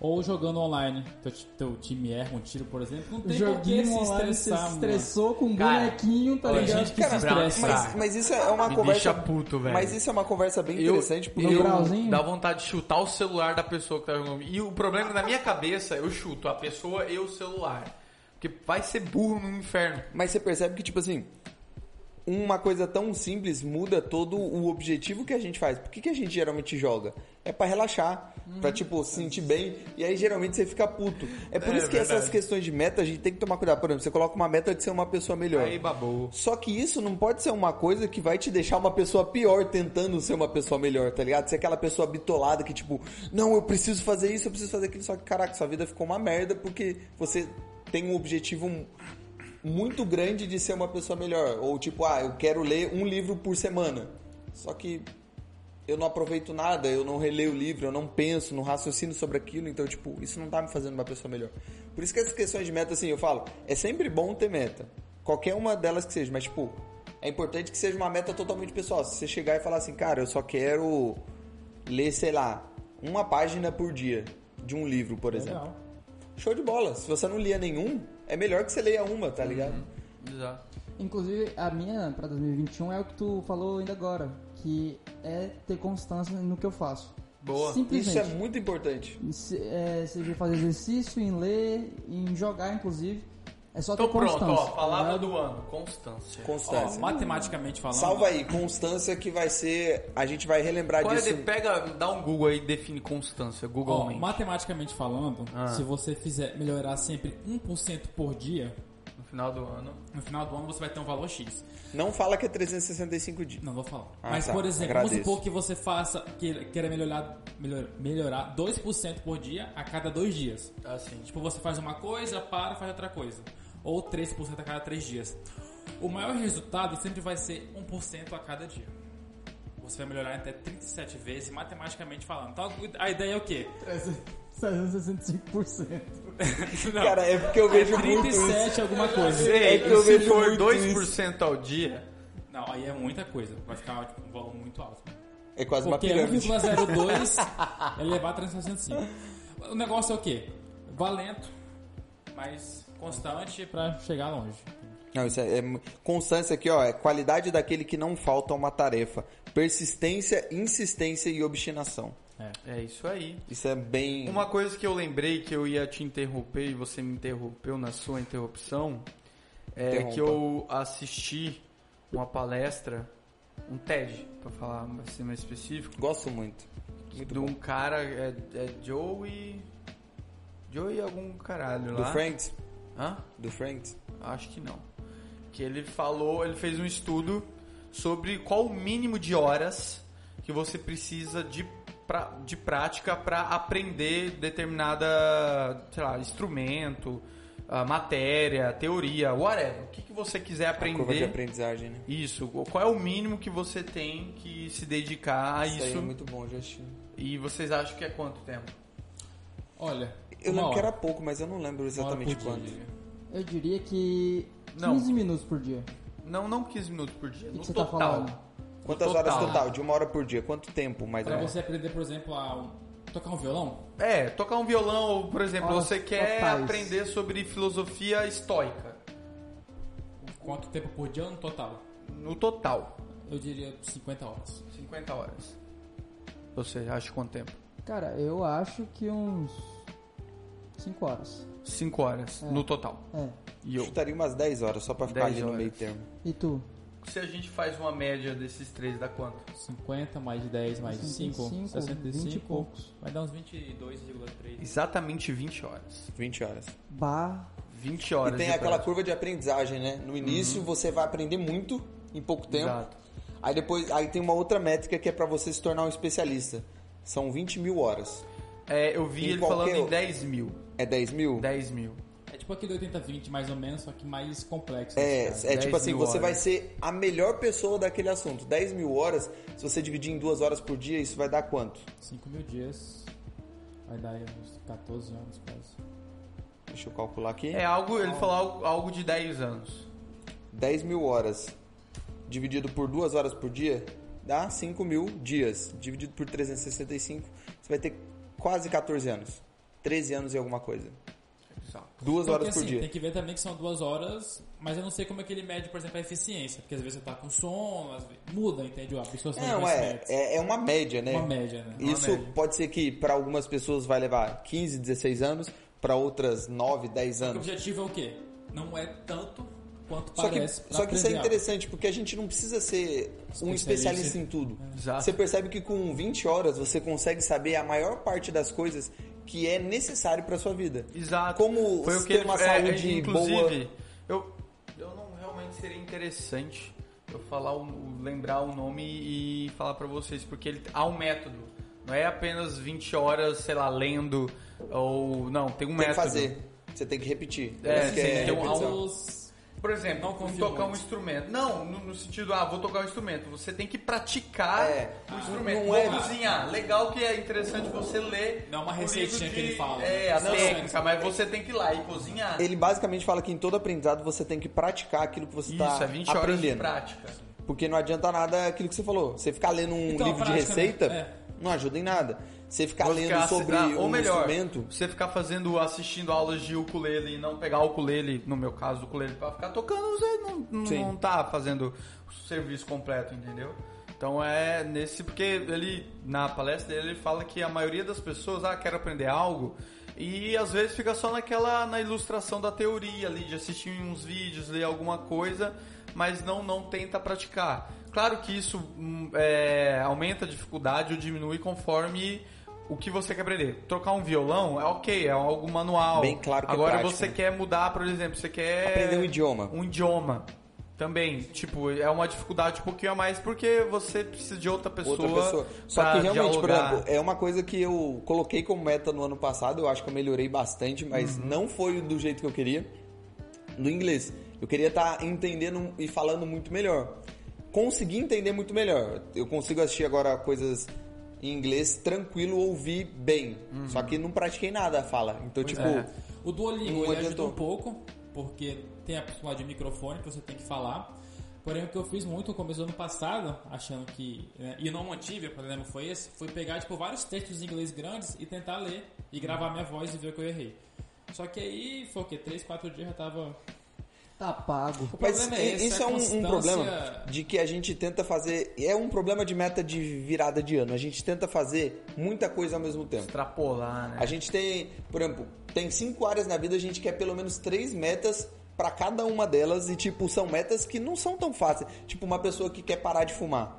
S1: Ou jogando online, teu, ti- teu time erra um tiro, por exemplo, não tem por que
S4: Joguinho
S1: se
S4: online, você
S1: estressar,
S4: se
S1: mano.
S4: estressou com um
S2: Cara,
S4: bonequinho, tá
S1: tem
S4: ligado?
S1: gente que se
S2: Cara,
S1: estressa.
S3: mas, mas isso é uma
S2: Tá. Me
S3: conversa.
S2: deixa puto, velho.
S3: Mas isso é uma conversa bem
S2: Eu,
S3: interessante, porque
S4: No
S2: eu
S4: grauzinho?
S2: dá vontade de chutar o celular da pessoa que tá jogando. E o problema na minha cabeça, eu chuto a pessoa e o celular. Porque vai ser burro no inferno.
S3: Mas você percebe que, tipo assim, uma coisa tão simples muda todo o objetivo que a gente faz. Por que, que a gente geralmente joga? É pra relaxar,
S2: Uhum.
S3: pra, tipo, se sentir bem. E aí, geralmente, você fica puto. É por
S2: É,
S3: isso que essas
S2: verdade.
S3: questões de meta, a gente tem que tomar cuidado. Por exemplo, você coloca uma meta de ser uma pessoa melhor.
S2: Aí babou.
S3: Só que isso não pode ser uma coisa que vai te deixar uma pessoa pior tentando ser uma pessoa melhor, tá ligado? Ser aquela pessoa bitolada que, tipo, não, eu preciso fazer isso, eu preciso fazer aquilo, só que, caraca, sua vida ficou uma merda porque você tem um objetivo muito grande de ser uma pessoa melhor. Ou tipo, ah, eu quero ler um livro por semana. Só que eu não aproveito nada, eu não releio o livro, eu não penso, não raciocino sobre aquilo, então, tipo, isso não tá me fazendo uma pessoa melhor. Por isso que essas questões de meta, assim, eu falo, é sempre bom ter meta. Qualquer uma delas que seja, mas, tipo, é importante que seja uma meta totalmente pessoal. Se você chegar e falar assim, cara, eu só quero ler, sei lá, uma página por dia de um livro, por exemplo.
S1: Legal.
S3: Show de bola. Se você não lia nenhum, é melhor que você leia uma, tá ligado?
S2: Exato.
S4: Inclusive, a minha pra 2021 é o que tu falou ainda agora, que é ter constância no que eu faço.
S2: Boa.
S3: Isso
S4: Simplesmente.
S3: é muito importante.
S4: Se- é, seja em fazer exercício, em ler, em jogar, inclusive. É só
S2: Então
S4: ter
S2: pronto,
S4: constância.
S2: ó.
S4: tá
S2: Palavra
S4: ligado?
S2: do ano. Constância.
S1: Ó,
S2: Tá.
S3: Constância.
S1: matematicamente falando...
S3: Salva aí, constância que vai ser. A gente vai relembrar
S2: Qual é
S3: disso.
S2: de, pega, dá um Google aí e define constância. Google
S1: Ó,
S2: Mente.
S1: matematicamente falando,
S2: Ah.
S1: se você fizer melhorar sempre 1% por dia,
S2: No final do ano.
S1: no final do ano você vai ter um valor X.
S3: Não fala que é 365 dias.
S1: Não vou falar.
S3: Ah,
S1: Mas,
S3: tá.
S1: por exemplo,
S3: Agradeço.
S1: vamos supor que você faça, queira, queira melhorar, melhor, melhorar 2% por dia a cada dois dias.
S2: Assim.
S1: Tipo, você faz uma coisa, para, faz outra coisa. Ou 3% a cada três dias. O maior resultado sempre vai ser 1% a cada dia. Você vai melhorar até 37 vezes, matematicamente falando. Então, a ideia é o quê?
S4: 365%.
S1: Não,
S3: Cara, é porque eu vejo muito isso.
S1: 37 alguma coisa.
S2: Ei,
S3: É que eu
S2: se
S3: vejo
S2: for
S3: muito
S2: 2% ao dia,
S1: Não, aí é muita coisa. Vai ficar tipo, um valor muito alto.
S3: É quase uma
S1: Porque é
S3: pirâmide.
S1: 1,02 é levar a 365. O negócio é o quê? Valento, mas constante pra chegar longe.
S3: Não, isso é, é constância aqui, ó. É qualidade daquele que não falta a uma tarefa. Persistência, insistência e obstinação.
S2: é isso aí.
S3: Isso é bem.
S2: Uma coisa que eu lembrei que eu ia te interromper e você me interrompeu na sua interrupção é
S3: Interrompa.
S2: que eu assisti uma palestra, um TED, pra falar assim mais específico,
S3: Gosto muito. Muito
S2: de um
S3: bom.
S2: cara, é, é Joey. Joey algum caralho
S3: Do
S2: lá.
S3: Friends?
S2: Hã?
S3: Do Friends?
S2: Acho que não. Que ele falou, ele fez um estudo sobre qual o mínimo de horas que você precisa de, pra, de prática para aprender determinada, sei lá, instrumento, ah, matéria, teoria, whatever. O que, que você quiser
S3: Curva de
S2: aprender.
S3: aprendizagem, né?
S2: Isso, qual é o mínimo que você tem que se dedicar a isso?
S3: aí é muito bom, eu já assisti.
S2: E vocês acham que é quanto tempo?
S1: Olha,
S3: Eu
S1: uma
S3: lembro que
S1: hora,
S3: era pouco, mas eu não lembro
S1: uma hora
S3: exatamente
S1: por
S3: quanto.
S1: dia.
S4: Eu diria que
S2: Não.
S4: 15 minutos por dia.
S2: Não, não 15 minutos por dia.
S4: O que
S2: no
S4: que você tá
S2: total.
S4: falando?
S3: Quantas
S2: Total.
S3: horas total? De uma hora por dia? Quanto tempo, mais ou
S1: Pra
S3: menos?
S1: você aprender, por exemplo, a um- tocar um violão.
S2: É, tocar um violão, ou, por exemplo,
S4: Horas
S2: você quer
S4: totais.
S2: aprender sobre filosofia estoica.
S1: Quanto tempo por dia no total?
S2: No total,
S1: Eu diria 50 horas.
S2: 50 horas. Você acha quanto tempo?
S4: Cara, eu acho que uns 5 horas.
S2: 5 horas no total.
S4: É.
S2: E
S3: Eu
S2: eu.
S3: chutaria umas 10 horas, só pra ficar
S2: 10
S3: ali no
S2: horas.
S3: meio termo.
S4: E tu?
S2: Se a gente faz uma média desses três, dá quanto?
S1: 50 mais 10 mais 5,
S4: 55, 20 e
S1: 65.
S4: poucos.
S5: Vai dar uns 22,3.
S2: Exatamente 20 horas.
S3: 20 horas.
S2: 20
S3: E
S2: horas.
S3: tem
S2: de
S3: aquela
S2: prática. Uhum.
S3: curva de aprendizagem, né? No início você vai aprender muito em pouco tempo.
S2: Exato.
S3: Aí depois, aí tem uma outra métrica que é pra você se tornar um especialista. São 20 mil horas.
S2: É, eu vi
S3: Em
S2: ele
S3: qualquer
S2: falando em
S3: outro.
S2: 10 mil.
S3: É 10 mil?
S2: 10 mil.
S1: É tipo aquele 80-20, mais ou menos, só que mais complexo.
S3: É,
S1: né, cara?
S3: é
S2: 10
S3: tipo assim,
S2: mil
S3: você
S2: horas.
S3: vai ser a melhor pessoa daquele assunto. 10 mil horas, se você dividir em duas horas por dia, isso vai dar quanto?
S1: 5 mil dias. Vai dar aí uns 14 anos quase.
S3: Deixa eu calcular aqui.
S2: É algo, ele falou algo, algo de 10 anos.
S3: 10 mil horas dividido por duas horas por dia dá 5 mil dias. Dividido por 365, você vai ter quase 14 anos. 13 anos e alguma coisa.
S2: Exato.
S3: Duas
S1: Porque,
S3: horas por
S1: assim,
S3: dia.
S1: Tem que ver também que são duas horas, mas eu não sei como é que ele mede, por exemplo, a eficiência. Porque às vezes você tá com sono, às vezes muda, entendeu? A absorção de
S3: Não, é,
S1: conhecimento.
S3: é, é uma média, né?
S1: Uma média, né?
S2: Uma
S3: Isso
S2: média.
S3: pode ser que para algumas pessoas vai levar 15, 16 anos, para outras 9, 10
S1: O
S3: anos.
S1: objetivo é o quê? Não é tanto quanto
S3: Só que,
S1: parece. pra
S3: só que isso é
S1: aprender algo.
S3: interessante, porque a gente não precisa ser um especialista em tudo.
S1: É.
S2: Exato.
S3: Você percebe que com 20 horas você consegue saber a maior parte das coisas que é necessário para sua vida.
S2: Exato.
S3: Como
S2: Foi o que
S3: ter uma
S2: ele, é,
S3: saúde
S2: é, inclusive,
S3: boa.
S2: Eu, eu não realmente seria interessante eu falar o- lembrar o nome e falar pra vocês, porque ele há um método. Não é apenas 20 horas, sei lá, lendo ou não, tem um
S3: Tem que
S2: método.
S3: fazer. Você tem que repetir.
S2: É,
S3: Isso que
S2: sim,
S3: é
S2: tem um
S3: repetição.
S1: Aos-
S2: Por exemplo,
S1: Não confio
S2: tocar um
S1: muito.
S2: instrumento. Não, no, no sentido, ah, vou tocar um instrumento. Você tem que praticar
S3: É.
S2: o instrumento.
S3: não
S2: Vou
S3: é-
S2: cozinhar. Legal que é interessante você ler.
S1: Não é uma
S2: o
S1: receitinha
S2: livro
S1: que ele fala. né?
S2: É, a
S1: Não,
S2: técnica,
S1: não.
S2: mas você tem que ir lá e cozinhar.
S3: Ele basicamente fala que em todo aprendizado você tem que praticar aquilo que você
S2: Isso,
S3: está
S2: é 20 horas de
S3: aprendendo.
S2: prática.
S3: Porque não adianta nada aquilo que você falou. Você ficar lendo um
S1: Então, a
S3: livro de
S1: prática,
S3: receita
S1: né? É.
S3: não ajuda em nada. Você ficar
S2: Ou
S3: lendo
S2: ficar assi-
S3: sobre
S2: ah,
S3: um
S2: ou melhor,
S3: instrumento.
S2: você ficar fazendo, assistindo aulas de ukulele e não pegar o ukulele, no meu caso, o ukulele pra ficar tocando, você não,
S3: Sim.
S2: não, não tá fazendo o serviço completo, entendeu? Então é nesse, porque ele, na palestra dele, ele fala que a maioria das pessoas, ah, quero aprender algo, e às vezes fica só naquela, na ilustração da teoria ali, de assistir uns vídeos, ler alguma coisa, mas não, não tenta praticar. Claro que isso hum, é, aumenta a dificuldade ou diminui conforme o que você quer aprender. Trocar um violão é ok, é algo manual.
S3: Bem claro que é
S2: Agora
S3: prático,
S2: você
S3: né?
S2: quer mudar, por exemplo, você quer
S3: Aprender um idioma.
S2: Um idioma também, tipo, é uma dificuldade um pouquouinho a mais porque você precisa de outra pessoa.
S3: outra pessoa. Só
S2: pra
S3: que realmente, por
S2: dialogar.
S3: exemplo, é uma coisa que eu coloquei como meta no ano passado, eu acho que eu melhorei bastante, mas
S1: Uhum.
S3: não foi do jeito que eu queria. No inglês, eu queria estar entendendo e falando muito melhor. Consegui entender muito melhor. Eu consigo assistir agora coisas em inglês tranquilo, ouvir bem.
S1: Uhum.
S3: Só que não pratiquei nada a fala. Então, tipo,
S2: é.
S1: O Duolingo
S3: Não
S1: ele ajuda
S3: adiantou.
S1: um pouco, porque tem a possibilidade de microfone que você tem que falar. Porém, o que eu fiz muito no começo do ano passado, achando que. né, e não mantive, o problema foi esse, foi pegar tipo, vários textos em inglês grandes e tentar ler e gravar minha voz e ver o que eu errei. Só que aí foi o quê? 3, 4 dias eu já tava.
S4: Tá pago.
S1: O
S3: Mas
S1: problema é esse,
S3: isso é
S1: é a
S3: um, um
S1: constância-
S3: problema de que a gente tenta fazer. É um problema de meta de virada de ano. A gente tenta fazer muita coisa ao mesmo tempo.
S2: extrapolar, né?
S3: A gente tem, por exemplo, tem cinco áreas na vida, a gente quer pelo menos três metas pra cada uma delas e tipo são metas que não são tão fáceis. Tipo uma pessoa que quer parar de fumar.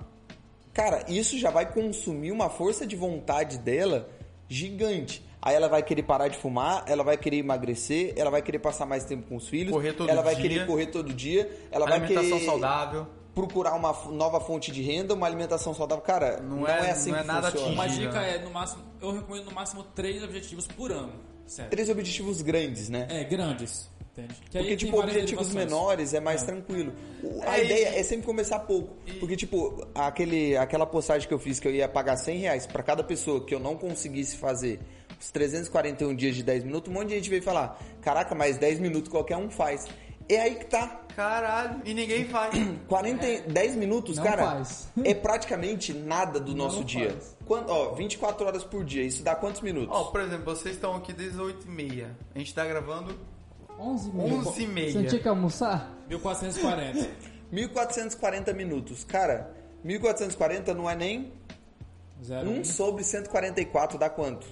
S3: Cara, isso já vai consumir uma força de vontade dela gigante. Aí ela vai querer parar de fumar, ela vai querer emagrecer, ela vai querer passar mais tempo com os filhos,
S2: Correr todo
S3: ela vai
S2: dia.
S3: querer correr todo dia, ela vai
S2: Alimentação
S3: querer
S2: saudável.
S3: procurar uma f- nova fonte de renda, uma alimentação saudável. Cara,
S2: Não
S3: não,
S2: é-
S3: é, assim
S2: não é
S3: que
S2: nada
S3: funciona.
S1: Uma
S2: Imagina.
S1: dica é, no máximo, eu recomendo no máximo 3 objetivos por ano. Sério.
S3: Três objetivos grandes, né?
S1: É, grandes. Entende? Que aí
S3: Porque,
S1: tem
S3: tipo,
S1: várias
S3: objetivos
S1: derivações.
S3: menores é mais tranquilo. O- A
S2: É,
S3: ideia é sempre começar pouco. Porque, tipo, aquele, aquela postagem que eu fiz que eu ia pagar 100 reais pra cada pessoa que eu não conseguisse fazer os 341 dias de 10 minutos, um monte de gente veio falar, caraca, mas 10 minutos qualquer um faz. É aí que tá.
S2: Caralho, e ninguém faz.
S3: 40, e 10 minutos,
S4: Não
S3: cara,
S4: faz.
S3: é praticamente nada do nosso dia.
S4: faz.
S3: Quando, ó, 24 horas por dia, isso dá quantos minutos?
S2: Ó, por exemplo, vocês estão aqui desde 8h30. A gente tá gravando
S4: 11
S2: 11 e meia.
S4: Você não tinha que almoçar?
S1: 1440.
S3: 1440 minutos. Cara, 1440 não é nem
S1: Zero.
S3: 1 sobre 144, dá quanto?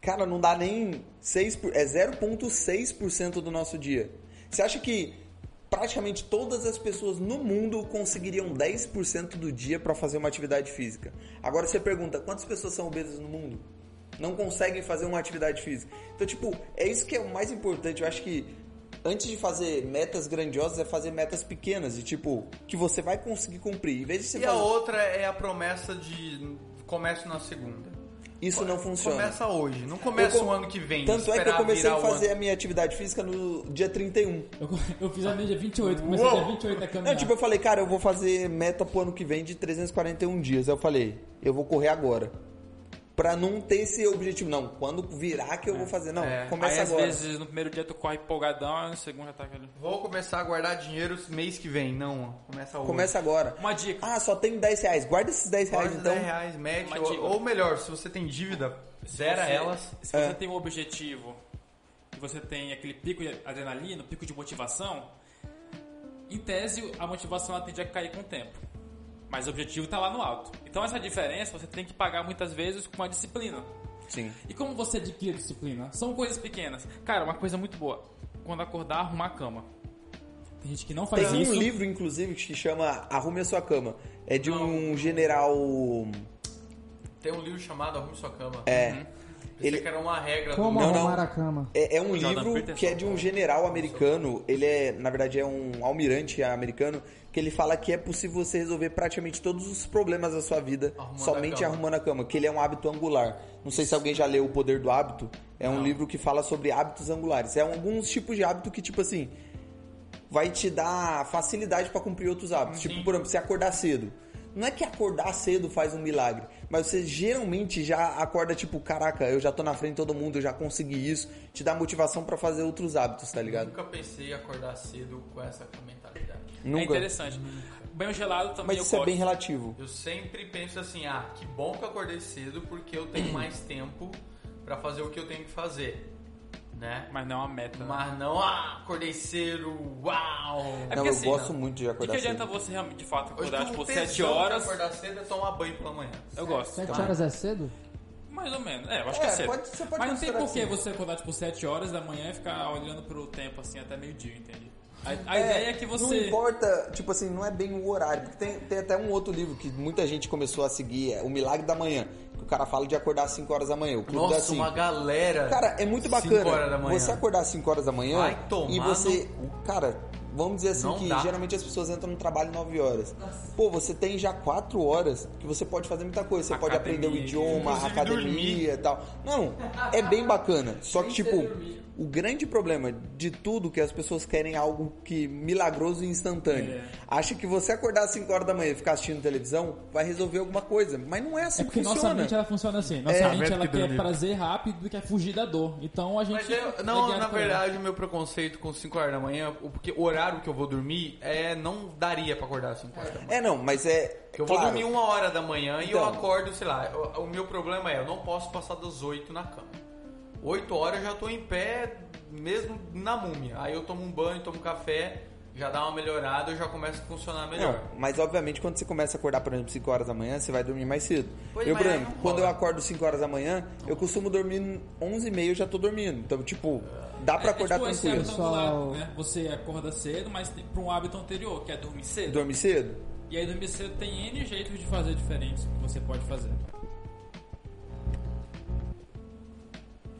S3: Cara, não dá nem 6%, por- é 0,6% do nosso dia. Você acha que praticamente todas as pessoas no mundo conseguiriam 10% do dia pra fazer uma atividade física? Agora você pergunta, quantas pessoas são obesas no mundo? Não conseguem fazer uma atividade física. Então, tipo, é isso que é o mais importante. Eu acho que antes de fazer metas grandiosas, é fazer metas pequenas, de tipo, que você vai conseguir cumprir. Em vez de você
S2: E a
S3: fazer-
S2: outra é a promessa de começo na segunda.
S3: Isso não funciona.
S2: Começa hoje, não começa
S3: Eu
S2: o
S3: com-
S2: ano que vem.
S3: Tanto é que eu
S2: esperar
S3: comecei
S2: virar
S3: a
S2: o ano.
S3: fazer a minha atividade física no dia 31.
S1: Eu, eu fiz a minha dia 28, comecei
S2: Uou!
S1: dia 28 a caminhar.
S3: Não, tipo, eu falei, cara, eu vou fazer meta pro ano que vem de 341 dias. Aí eu falei, eu vou correr agora. Pra não ter esse objetivo. Não, quando virar que eu vou fazer. Não,
S2: É.
S3: começa
S5: Aí, às
S3: agora.
S5: vezes, no primeiro dia tu corre empolgadão, aí no segundo já tá aquele...
S2: Vou começar a guardar dinheiro mês que vem. Não, começa hoje.
S3: Começa agora.
S5: Uma dica.
S3: Ah, só tenho 10 reais. Guarda esses 10
S2: Guarda
S3: reais, então.
S2: 10 reais, mete.
S5: Uma
S2: Ou,
S5: dica.
S2: ou melhor, se você tem dívida,
S5: Se
S2: zera
S5: você-
S2: elas.
S5: Se
S3: É.
S5: você tem um objetivo e você tem aquele pico de adrenalina, pico de motivação, em tese a motivação ela tende a cair com o tempo. Mas o objetivo tá lá no alto. Então essa diferença você tem que pagar muitas vezes com a disciplina.
S3: Sim.
S1: E como você adquire disciplina? São coisas pequenas. Cara, uma coisa muito boa. Quando acordar, arrumar a cama. Tem gente que não faz
S3: Tem um
S1: isso.
S3: livro, inclusive, que chama Arrume a Sua Cama. É de um general...
S2: Tem um livro chamado Arrume Sua Cama. É. Pensei
S3: Ele-
S2: que era uma regra
S4: Como
S3: Não,
S4: arrumar
S3: não.
S4: a cama?
S3: É, é um
S5: Jordan
S3: livro
S5: Peterson,
S3: que é de um general americano. Ele é, na verdade, é um almirante americano que ele fala que é possível você resolver praticamente todos os problemas da sua vida
S2: Arrumando a
S3: somente
S2: cama.
S3: arrumando a cama. Que ele é um hábito angular. Não sei se alguém já leu O Poder do Hábito. É um livro que fala sobre hábitos angulares. É alguns tipos de hábito que tipo assim vai te dar facilidade pra cumprir outros hábitos. Tipo, por exemplo, você acordar cedo. Não é que acordar cedo faz um milagre, mas você geralmente já acorda tipo, caraca, eu já tô na frente de todo mundo, eu já consegui isso, te dá motivação pra fazer outros hábitos, tá
S2: Eu
S3: ligado?
S2: nunca pensei em acordar cedo com essa mentalidade.
S5: É interessante. Banho gelado também
S3: Mas
S5: eu
S3: isso é
S5: gosto.
S3: bem relativo.
S2: Eu sempre penso assim, ah, que bom que eu acordei cedo porque eu tenho mais tempo pra fazer o que eu tenho que fazer, né?
S5: Mas não é uma meta. né?
S2: Mas não, ah, acordei cedo, uau!
S5: É
S3: não,
S5: porque
S3: eu
S5: assim,
S3: gosto
S5: né?
S3: muito de
S5: O que, que
S3: acordar
S5: adianta
S3: cedo.
S5: você realmente, de fato,
S2: Hoje
S3: um
S5: acordar
S2: tô
S5: tipo
S2: com
S5: 7
S2: tesão pra
S5: horas?
S2: acordar cedo é tomar banho pela manhã.
S5: Eu gosto.
S4: 7
S5: Então,
S4: horas é cedo?
S5: Mais ou menos. É, eu acho
S3: É,
S5: que é cedo.
S3: pode- você pode
S1: Mas não tem
S3: considerar
S1: porquê
S3: assim.
S1: você acordar tipo 7 horas da manhã e ficar olhando pro tempo assim até meio-dia, entende? A, a ideia é que
S3: Não
S1: você.
S3: importa, tipo assim, não é bem o horário. Porque tem, tem até um outro livro que muita gente começou a seguir, é O Milagre da Manhã. Que o cara fala de acordar às 5 horas da manhã. O clube
S2: Nossa,
S3: das cinco.
S2: uma galera.
S3: Então, assim, Cara, é muito bacana.
S2: Cinco horas da manhã.
S3: Você acordar às 5 horas da manhã
S2: Vai tomar
S3: e você. Cara, vamos dizer assim
S2: Não
S3: que
S2: dá.
S3: geralmente as pessoas entram no trabalho 9 horas. Pô, você tem já 4 horas que você pode fazer muita coisa. Você pode aprender o idioma,
S2: Inclusive dormir.
S3: academia e tal. Não, é bem bacana. Só que, tipo, o grande problema de tudo é que as pessoas querem algo que milagroso e instantâneo.
S2: É.
S3: Acha que você acordar às 5 horas da manhã e ficar assistindo televisão vai resolver alguma coisa. Mas não é assim
S1: É
S3: que
S1: porque
S3: funciona.
S1: nossa mente ela funciona assim. Nossa
S3: É.
S1: mente
S2: Vendo
S1: ela
S2: que
S1: quer
S2: dormir.
S1: prazer rápido e quer fugir da dor. Então a gente.
S2: Mas eu,
S1: é
S2: não,
S1: guiado
S2: na
S1: por ela.
S2: verdade, o meu preconceito com 5 horas da manhã, o- porque o horário que eu vou dormir é não daria pra acordar às 5 horas da manhã.
S3: É, não, mas é.
S2: Eu vou
S3: claro,
S2: dormir uma hora da manhã e eu
S3: Então.
S2: acordo, sei lá, o, o meu problema é, eu não posso passar das 8 na cama. 8 horas eu já tô em pé, mesmo na múmia. Aí eu tomo um banho, tomo café, já dá uma melhorada, eu já começo a funcionar melhor.
S3: Não, mas obviamente quando você começa a acordar, por exemplo, 5 horas da manhã, você vai dormir mais cedo.
S2: Pois,
S3: eu,
S2: mas
S3: por
S2: aí
S3: exemplo,
S2: não
S3: quando eu
S2: rola.
S3: acordo 5 horas da manhã, eu costumo dormir 11 e meia, eu já tô dormindo. Então, tipo, dá pra acordar
S1: é,
S2: um
S1: tipo, esse
S3: tranquilo.
S1: hábito
S4: Pessoal-
S1: angular, né? Você acorda cedo, mas tem pra um hábito anterior, que é dormir cedo.
S3: Dorme cedo?
S1: E aí dormir cedo tem N jeitos de fazer diferentes que você pode fazer.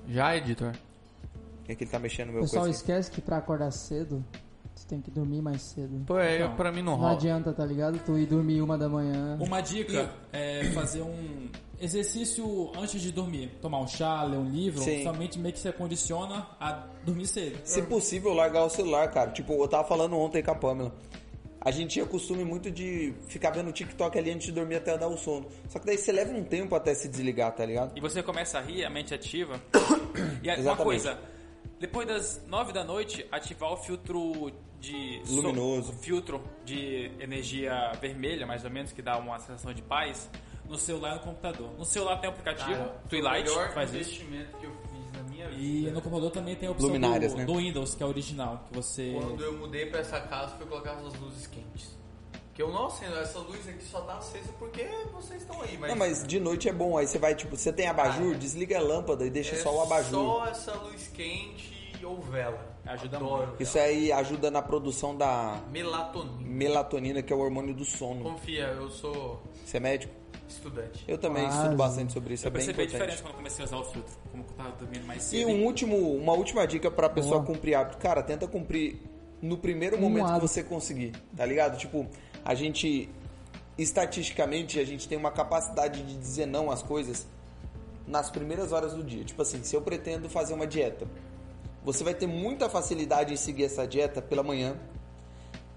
S2: Já, editor?
S3: É que ele tá mexendo no
S4: O
S3: meu
S4: pessoal
S3: coisa.
S4: esquece que pra acordar cedo, tu tem que dormir mais cedo.
S2: Pô, é,
S1: Então,
S2: pra mim não
S4: Não
S2: rola.
S4: adianta, tá ligado? Tu ir dormir uma da manhã.
S1: Uma dica é fazer um exercício antes de dormir. Tomar um chá, ler um livro,
S3: Sim.
S1: somente meio que se condiciona a dormir cedo.
S3: Se possível, largar o celular, cara. Tipo, eu tava falando ontem com a Pamela. A gente tinha costume muito de ficar vendo o TikTok ali antes de dormir até dar o sono. Só que daí você leva um tempo até se desligar, tá ligado?
S5: E você começa a rir, a mente ativa. e aí, uma
S3: Exatamente.
S5: coisa, Depois das 9 da noite, ativar o filtro de. so-
S3: Luminoso.
S5: o filtro de energia vermelha, mais ou menos, que dá uma sensação de paz, no celular e no computador. No celular tem o aplicativo, Twilight,
S2: melhor
S5: faz isso.
S2: investimento que eu fiz na minha
S1: E
S2: vida.
S1: no computador também tem a opção
S3: Luminárias,
S1: do,
S3: né?
S1: do Windows, que é original, que você...
S2: Quando eu mudei pra essa casa, fui colocar essas luzes quentes. Que eu não acendo, essa luz aqui só tá acesa porque vocês estão aí, mas.
S3: Não, mas de noite é bom. Aí você vai, tipo, você tem abajur, desliga a lâmpada e deixa
S2: é
S3: só o abajur.
S2: Só essa luz quente ou vela.
S5: Ajuda
S2: Adoro vela.
S3: Isso aí ajuda na produção da
S2: Melatonina.
S3: melatonina, que é o hormônio do sono.
S2: Confia, eu sou
S3: Você é médico?
S2: estudante.
S3: Eu também
S4: Quase.
S3: estudo bastante sobre isso,
S5: Eu
S3: é bem
S5: percebi a
S3: importante.
S5: diferença quando comecei a usar o filtro. Como eu tava dormindo mais
S3: E
S5: cedo.
S3: um último, uma última dica pra pessoa
S4: Boa.
S3: cumprir hábito. Cara, tenta cumprir no primeiro
S4: Um
S3: momento que
S4: hábito.
S3: você conseguir, tá ligado? Tipo, a gente, estatisticamente, a gente tem uma capacidade de dizer não às coisas nas primeiras horas do dia. Tipo assim, se eu pretendo fazer uma dieta, você vai ter muita facilidade em seguir essa dieta pela manhã.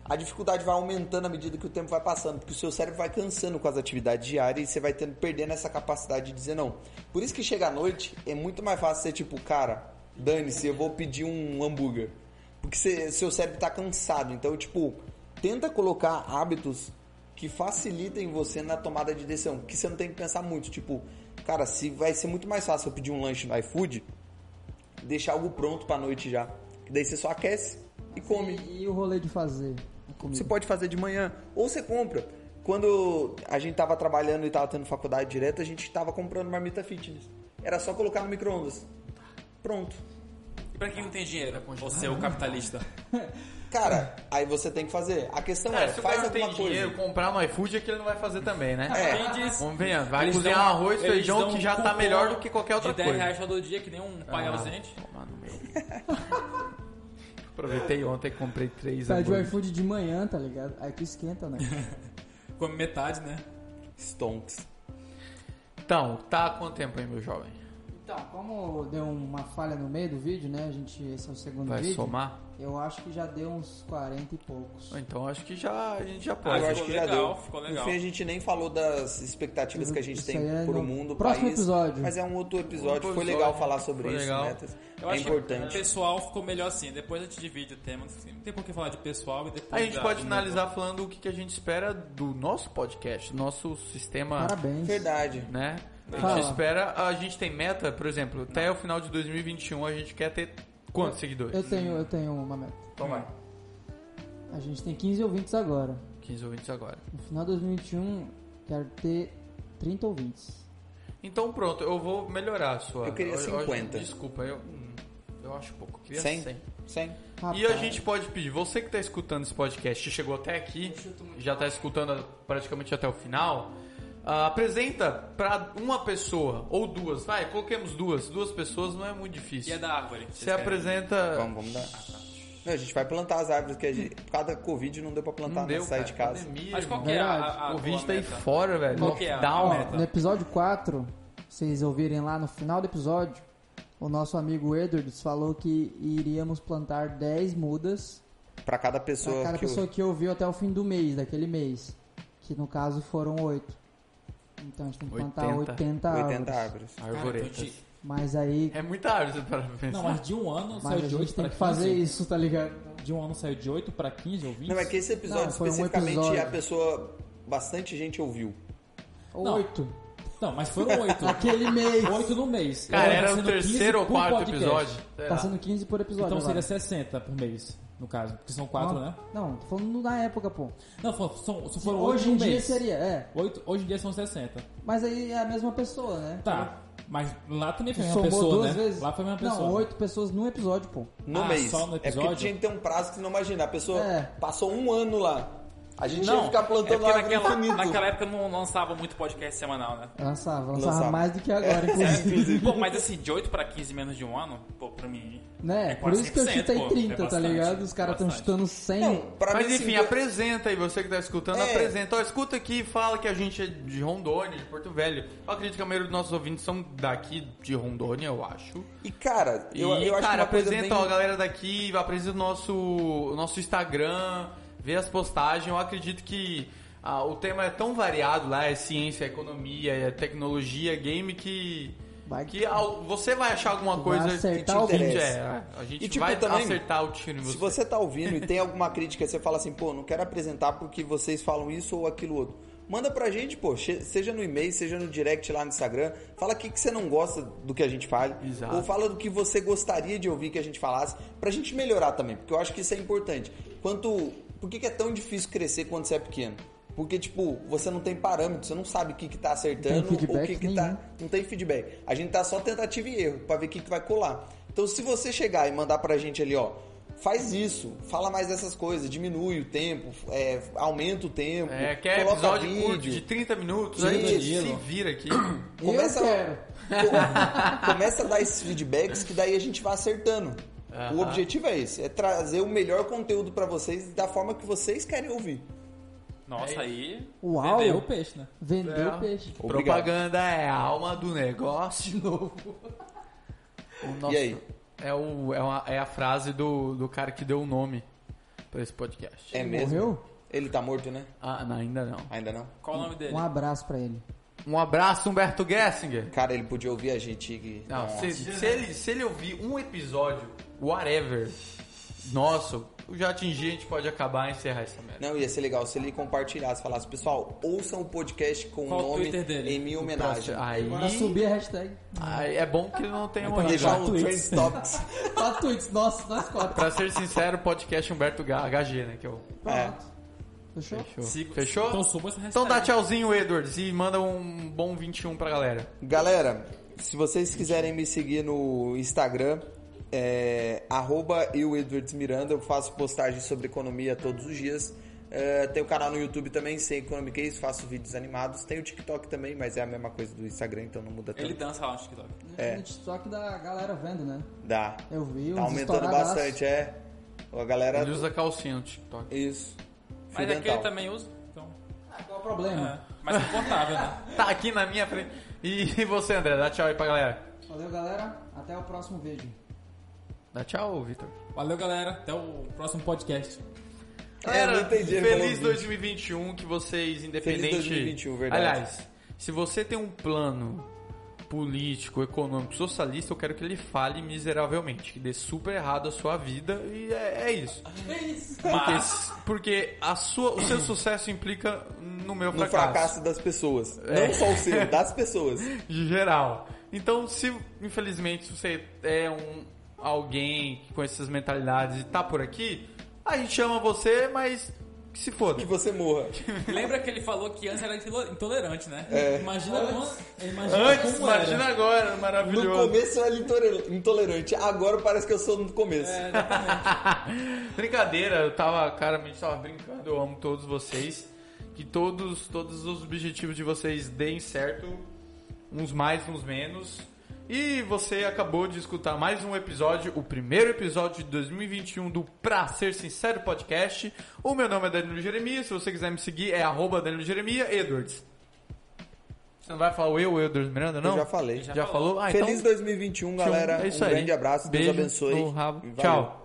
S3: A dificuldade vai aumentando à medida que o tempo vai passando, porque o seu cérebro vai cansando com as atividades diárias e você vai tendo, perdendo essa capacidade de dizer não. Por isso que chega à noite, é muito mais fácil ser tipo, cara, dane-se, eu vou pedir um hambúrguer. Porque você- seu cérebro tá cansado. Então, tipo, tenta colocar hábitos que facilitem você na tomada de decisão, que você não tem que pensar muito. Tipo, cara, se vai ser muito mais fácil eu pedir um lanche no iFood, deixar algo pronto pra noite já. Que daí você só aquece e come.
S4: E, e o rolê de fazer a comida?
S3: Você pode fazer de manhã ou você compra. Quando a gente tava trabalhando e tava tendo faculdade direto, a gente tava comprando marmita fitness. Era só colocar no micro-ondas. Pronto.
S5: E pra quem não tem dinheiro?
S2: Tá
S5: Você é o capitalista.
S3: Cara, aí você tem que fazer. A questão é,
S2: É, se o
S3: faz
S2: cara não
S3: alguma
S2: tem
S3: coisa.
S2: dinheiro, comprar no iFood é que ele não vai fazer também, né?
S3: É.
S5: Quem diz?
S2: Vamos ver, vai
S5: Eles
S2: cozinhar
S5: dão- um-
S2: arroz,
S5: eles
S2: feijão
S5: dão um
S2: que já tá
S5: cupom
S2: melhor do que qualquer outra
S5: de 10
S2: coisa.
S5: reais todo dia, que nem um pai
S3: É.
S5: ausente.
S2: Aproveitei ontem e comprei três
S4: Pede o
S2: hambúrgueres.
S4: iFood de manhã, tá ligado? Aí tu esquenta, né?
S5: Come metade, né?
S3: Stonks.
S2: Então, tá há quanto tempo aí, meu jovem?
S4: Então, como deu uma falha no meio do vídeo, né? A gente, esse é o segundo
S2: Vai
S4: vídeo.
S2: somar?
S4: Eu acho que já deu uns 40 e poucos.
S2: Então acho que já, a gente já
S5: Ah,
S3: Eu
S2: pode.
S5: ficou
S3: acho que já
S5: legal,
S3: deu.
S5: ficou
S3: No
S5: legal.
S3: fim, a gente nem falou das expectativas que a gente
S4: Isso
S3: tem
S4: aí é
S3: pro
S4: no
S3: mundo,
S4: próximo
S3: país.
S4: episódio.
S3: Mas é um outro episódio.
S2: Outro
S3: Foi
S2: episódio.
S3: legal falar sobre
S2: Foi
S3: isso,
S2: legal.
S3: né?
S5: Eu
S3: é
S5: acho que o
S3: importante.
S5: pessoal ficou melhor assim. Depois a gente divide o tema. Não tem por que falar de pessoal e depois.
S2: a gente
S5: da-
S2: pode finalizar falando o que, que a gente espera do nosso podcast, nosso sistema,
S4: Parabéns.
S3: Verdade.
S2: né? A
S4: Fala.
S2: gente espera, a gente tem meta, por exemplo, até o final de 2021 a gente quer ter quantos seguidores?
S4: Eu tenho, eu tenho uma meta.
S2: Então vai.
S4: A gente tem 15 ouvintes agora.
S2: 15 ouvintes agora.
S4: No final de 2021, quero ter 30 ouvintes.
S2: Então pronto, eu vou melhorar a sua.
S3: Eu queria 50.
S2: desculpa, eu, hum, eu acho pouco. Eu queria 100.
S3: 100? 100.
S2: E a gente pode pedir, você que está escutando esse podcast e chegou até aqui, já está escutando praticamente até o final, ah, apresenta para uma pessoa ou duas, vai, coloquemos duas, duas pessoas não é muito
S5: E é
S2: difícil.
S5: da árvore. Vocês
S2: Você
S5: querem?
S2: apresenta.
S3: Vamos, vamos dar. Não, a gente vai plantar as árvores que a gente. Por causa da Covid não deu pra plantar,
S2: Não
S3: né?
S2: deu,
S3: Sair
S2: cara,
S3: de casa.
S2: pandemia,
S5: Mas qual
S2: irmão.
S5: que é a,
S4: Verdade.
S5: a, a
S2: O vídeo
S5: tua
S2: tá aí
S5: meta?
S2: fora, velho.
S5: Qual que é a
S2: Lockdown.
S5: meta?
S4: No episódio 4, vocês ouvirem lá no final do episódio, o nosso amigo Edwards falou que iríamos plantar 10 mudas
S3: Pra cada pessoa
S4: pra cada
S3: que eu-
S4: pessoa que ouviu até o fim do mês, daquele mês. Que no caso foram 8. Então a gente tem que plantar
S2: 80.
S4: 80,
S3: 80
S4: árvores.
S3: árvores.
S5: Cara, então
S2: Arvoretas.
S5: de-
S4: Mas aí.
S2: É muita árvore para pensar.
S1: Não, mas de um ano
S4: mas
S1: saiu
S4: a
S1: de
S4: gente
S1: 8
S4: tem
S1: pra
S4: que fazer
S1: 15.
S4: isso, tá ligado?
S1: De um ano saiu de 8 pra 15 ou 20.
S3: Não, é que esse episódio
S4: Não, foi um
S3: especificamente
S4: episódio.
S3: a pessoa. Bastante gente ouviu.
S1: Não.
S4: 8.
S1: Não, mas foram 8.
S4: Aquele mês.
S1: 8 no mês.
S2: Cara,
S5: é,
S1: Agora
S2: era
S1: tá
S2: o
S1: sendo 15
S2: terceiro ou
S1: por
S2: quarto
S1: podcast.
S2: episódio. Sei
S4: Tá
S2: lá.
S4: sendo 15 por episódio.
S1: Então
S4: agora.
S1: seria 60 por mês, no caso. Porque são 4, né?
S4: Não, tô falando na época, pô.
S1: Não, foram, são, só foram
S4: Hoje
S1: 8
S4: em
S1: no
S4: dia
S1: mês.
S4: seria, é.
S1: Oito- hoje em dia são 60.
S4: Mas aí é a mesma pessoa, né?
S1: Tá,
S5: É.
S1: mas lá também foi a mesma
S4: Somou
S1: pessoa, né?
S4: duas vezes.
S1: Lá foi a mesma pessoa.
S4: Não, oito pessoas num episódio, pô.
S3: No
S1: Ah,
S3: mês.
S1: só no
S3: É porque
S1: episódio?
S3: tinha que ter um prazo que você não imagina. A pessoa
S4: É.
S3: passou um ano lá. A gente ia
S5: Não,
S3: ficar plantando
S5: é porque
S3: árvore
S5: naquela,
S3: infinito.
S5: naquela época não lançava muito podcast semanal, né?
S4: Lançava, lançava,
S3: Lançava.
S4: mais do que agora, inclusive.
S5: Pô, mas assim, de 8 pra 15 em menos de um ano, pô, pra mim.
S4: né?
S5: é
S4: Por isso que eu
S5: 400%,
S4: chutei
S5: pô,
S4: 30,
S5: é
S4: tá
S5: bastante,
S4: ligado? Os caras estão
S5: bastante.
S4: chutando 100.
S3: Não,
S2: Mas
S3: pra mim, assim,
S2: enfim,
S3: cinquenta-
S2: apresenta aí, você que tá escutando,
S3: É.
S2: apresenta. Ó, escuta aqui, fala que a gente é de Rondônia, de Porto Velho. Eu acredito que a maioria dos nossos ouvintes são daqui de Rondônia, eu acho.
S3: E cara, eu,
S2: e,
S3: eu acho
S2: cara,
S3: que uma coisa
S2: apresenta ó, a
S3: bem...
S2: galera daqui, apresenta o nosso, o nosso Instagram, vê as postagens. Eu acredito que ah, o tema é tão variado lá, é ciência, é economia, é tecnologia, é game, que
S4: Vai-
S2: Que ao- você vai achar alguma
S4: Vai
S2: coisa
S4: acertar
S2: que te
S4: o
S2: entende,
S3: interesse.
S2: é, a gente
S3: E, tipo,
S2: vai
S3: também,
S2: acertar o tiro em você.
S3: Se você tá ouvindo e tem alguma crítica, você fala assim, pô, não quero apresentar porque vocês falam isso ou aquilo outro. Manda pra gente, pô, che- seja no e-mail, seja no direct lá no Instagram. Fala o que, que você não gosta do que a gente fala.
S2: Exato.
S3: Ou fala do que você gostaria de ouvir que a gente falasse, pra gente melhorar também, porque eu acho que isso é importante. Quanto. Por que, que é tão difícil crescer quando você é pequeno? Porque, tipo, você não tem parâmetro, você não sabe o que, que tá acertando, ou o
S4: feedback
S3: que, que tá
S4: nenhum.
S3: não tem feedback. A gente tá só tentativa e erro pra ver o que, que vai colar. Então, se você chegar e mandar pra gente ali, ó, faz isso, fala mais dessas coisas, diminui o tempo, é, aumenta o tempo.
S2: É, quer
S3: coloca
S2: episódio
S3: vídeo.
S2: curto de 30 minutos,
S3: Tira
S2: aí a gente se
S1: Danilo.
S2: vira aqui.
S3: Começa,
S4: Eu quero.
S3: Co- começa a dar esses feedbacks que daí a gente vai acertando. O objetivo é esse, é trazer o melhor conteúdo pra vocês da forma que vocês querem ouvir.
S5: Nossa, aí.
S4: Uau!
S1: Vendeu o peixe, né?
S4: Vendeu
S2: É.
S4: o peixe.
S3: Obrigado.
S2: Propaganda é a alma do negócio. De novo.
S3: E aí?
S2: É, o, é, uma- é a frase do, do cara que deu o nome pra esse podcast.
S3: É mesmo?
S4: Morreu?
S3: Ele tá morto, né?
S2: Ah, não, ainda não.
S3: Ainda não.
S5: Qual o nome dele?
S4: Um abraço pra ele.
S2: Um abraço, Humberto Gessinger.
S3: Cara, ele podia ouvir a gente. que-
S2: Não,
S3: Nossa.
S2: se, se ele, se ele ouvir um episódio, whatever, nosso, eu já atingi, a gente pode acabar e encerrar essa merda.
S3: Não, ia ser legal se ele compartilhasse, falasse, pessoal, ouçam o podcast com
S5: Qual o
S3: o nome
S5: Twitter dele? Ah,
S3: em minha homenagem.
S2: Aí,
S4: Pra subir a hashtag.
S2: aí é bom que ele não tem um
S3: E já o
S4: Tweets.
S3: Trend Topics.
S4: Pra tweets, Tá nossa, nós quatro.
S2: Pra ser sincero, podcast Humberto Ga- HG, né? Que eu...
S4: Pronto. Fechou?
S2: Fechou?
S5: Sigo-
S2: Fechou?
S1: Então suba essa
S2: Então dá
S1: hashtag.
S2: tchauzinho, Edwards, e manda um bom 21 pra galera.
S3: Galera, se vocês quiserem me seguir no Instagram, é arroba eu, Edwards Miranda, eu faço postagens sobre economia todos os dias. É, tem o canal no YouTube também, sem Economiquez, faço vídeos animados. Tem o TikTok também, mas é a mesma coisa do Instagram, então não muda tanto.
S5: Ele dança lá no TikTok.
S3: É.
S4: No TikTok da galera vendo, né?
S3: Dá.
S4: Eu vi,
S3: Tá
S4: uns
S3: aumentando
S4: estouradaço.
S3: bastante, é. A galera...
S2: Ele usa calcinha no TikTok.
S3: Isso. Fio
S5: Mas aquele
S3: dental.
S5: também usa. Então.
S4: Ah, qual o problema?
S5: É. Mais confortável, né?
S2: Tá aqui na minha frente. E você, André, dá tchau aí pra galera.
S4: Valeu, galera. Até o próximo vídeo.
S2: Dá tchau, Vitor.
S1: Valeu, galera. Até o próximo podcast.
S3: É,
S2: Galera,
S3: não entendi, ele falou
S2: feliz
S3: vídeo.
S2: 2021, que vocês, independente...
S3: Feliz 2021, verdade.
S2: Aliás, se você tem um plano político, econômico, socialista, eu quero que ele fale miseravelmente, que dê super errado a sua vida e é, é isso. Porque, porque a sua, o seu sucesso implica no meu
S3: no
S2: fracasso.
S3: fracasso das pessoas.
S2: É.
S3: Não só o seu, das pessoas.
S2: de geral. Então, se infelizmente você é um alguém com essas mentalidades e tá por aqui, a gente chama você, mas que se foda.
S3: Que você morra.
S5: Lembra que ele falou que antes era intolo- intolerante, né?
S1: Imagina como. Imagina
S2: Antes,
S1: como era.
S2: imagina agora,
S3: Tipo, No
S2: maravilhoso.
S3: começo eu era intole- intolerante, agora parece que eu sou no começo.
S2: É, Brincadeira, eu tava, cara, a gente tava brincando, eu amo todos vocês. Que todos, todos os objetivos de vocês deem certo, uns mais, uns menos. E você acabou de escutar mais um episódio, o primeiro episódio de 2021 do Pra Ser Sincero Podcast. O meu nome é Danilo Jeremias, se você quiser me seguir é arroba Danilo Jeremias Edwards. Você não vai falar o eu, Edwards Miranda, não?
S3: Eu já falei.
S2: Já, falou? Ah,
S3: Feliz
S2: então...
S3: 2021, galera.
S2: é isso
S3: um
S2: aí.
S3: grande abraço, Deus
S2: Beijo
S3: abençoe.
S2: no rabo.
S3: e valeu.
S2: Tchau.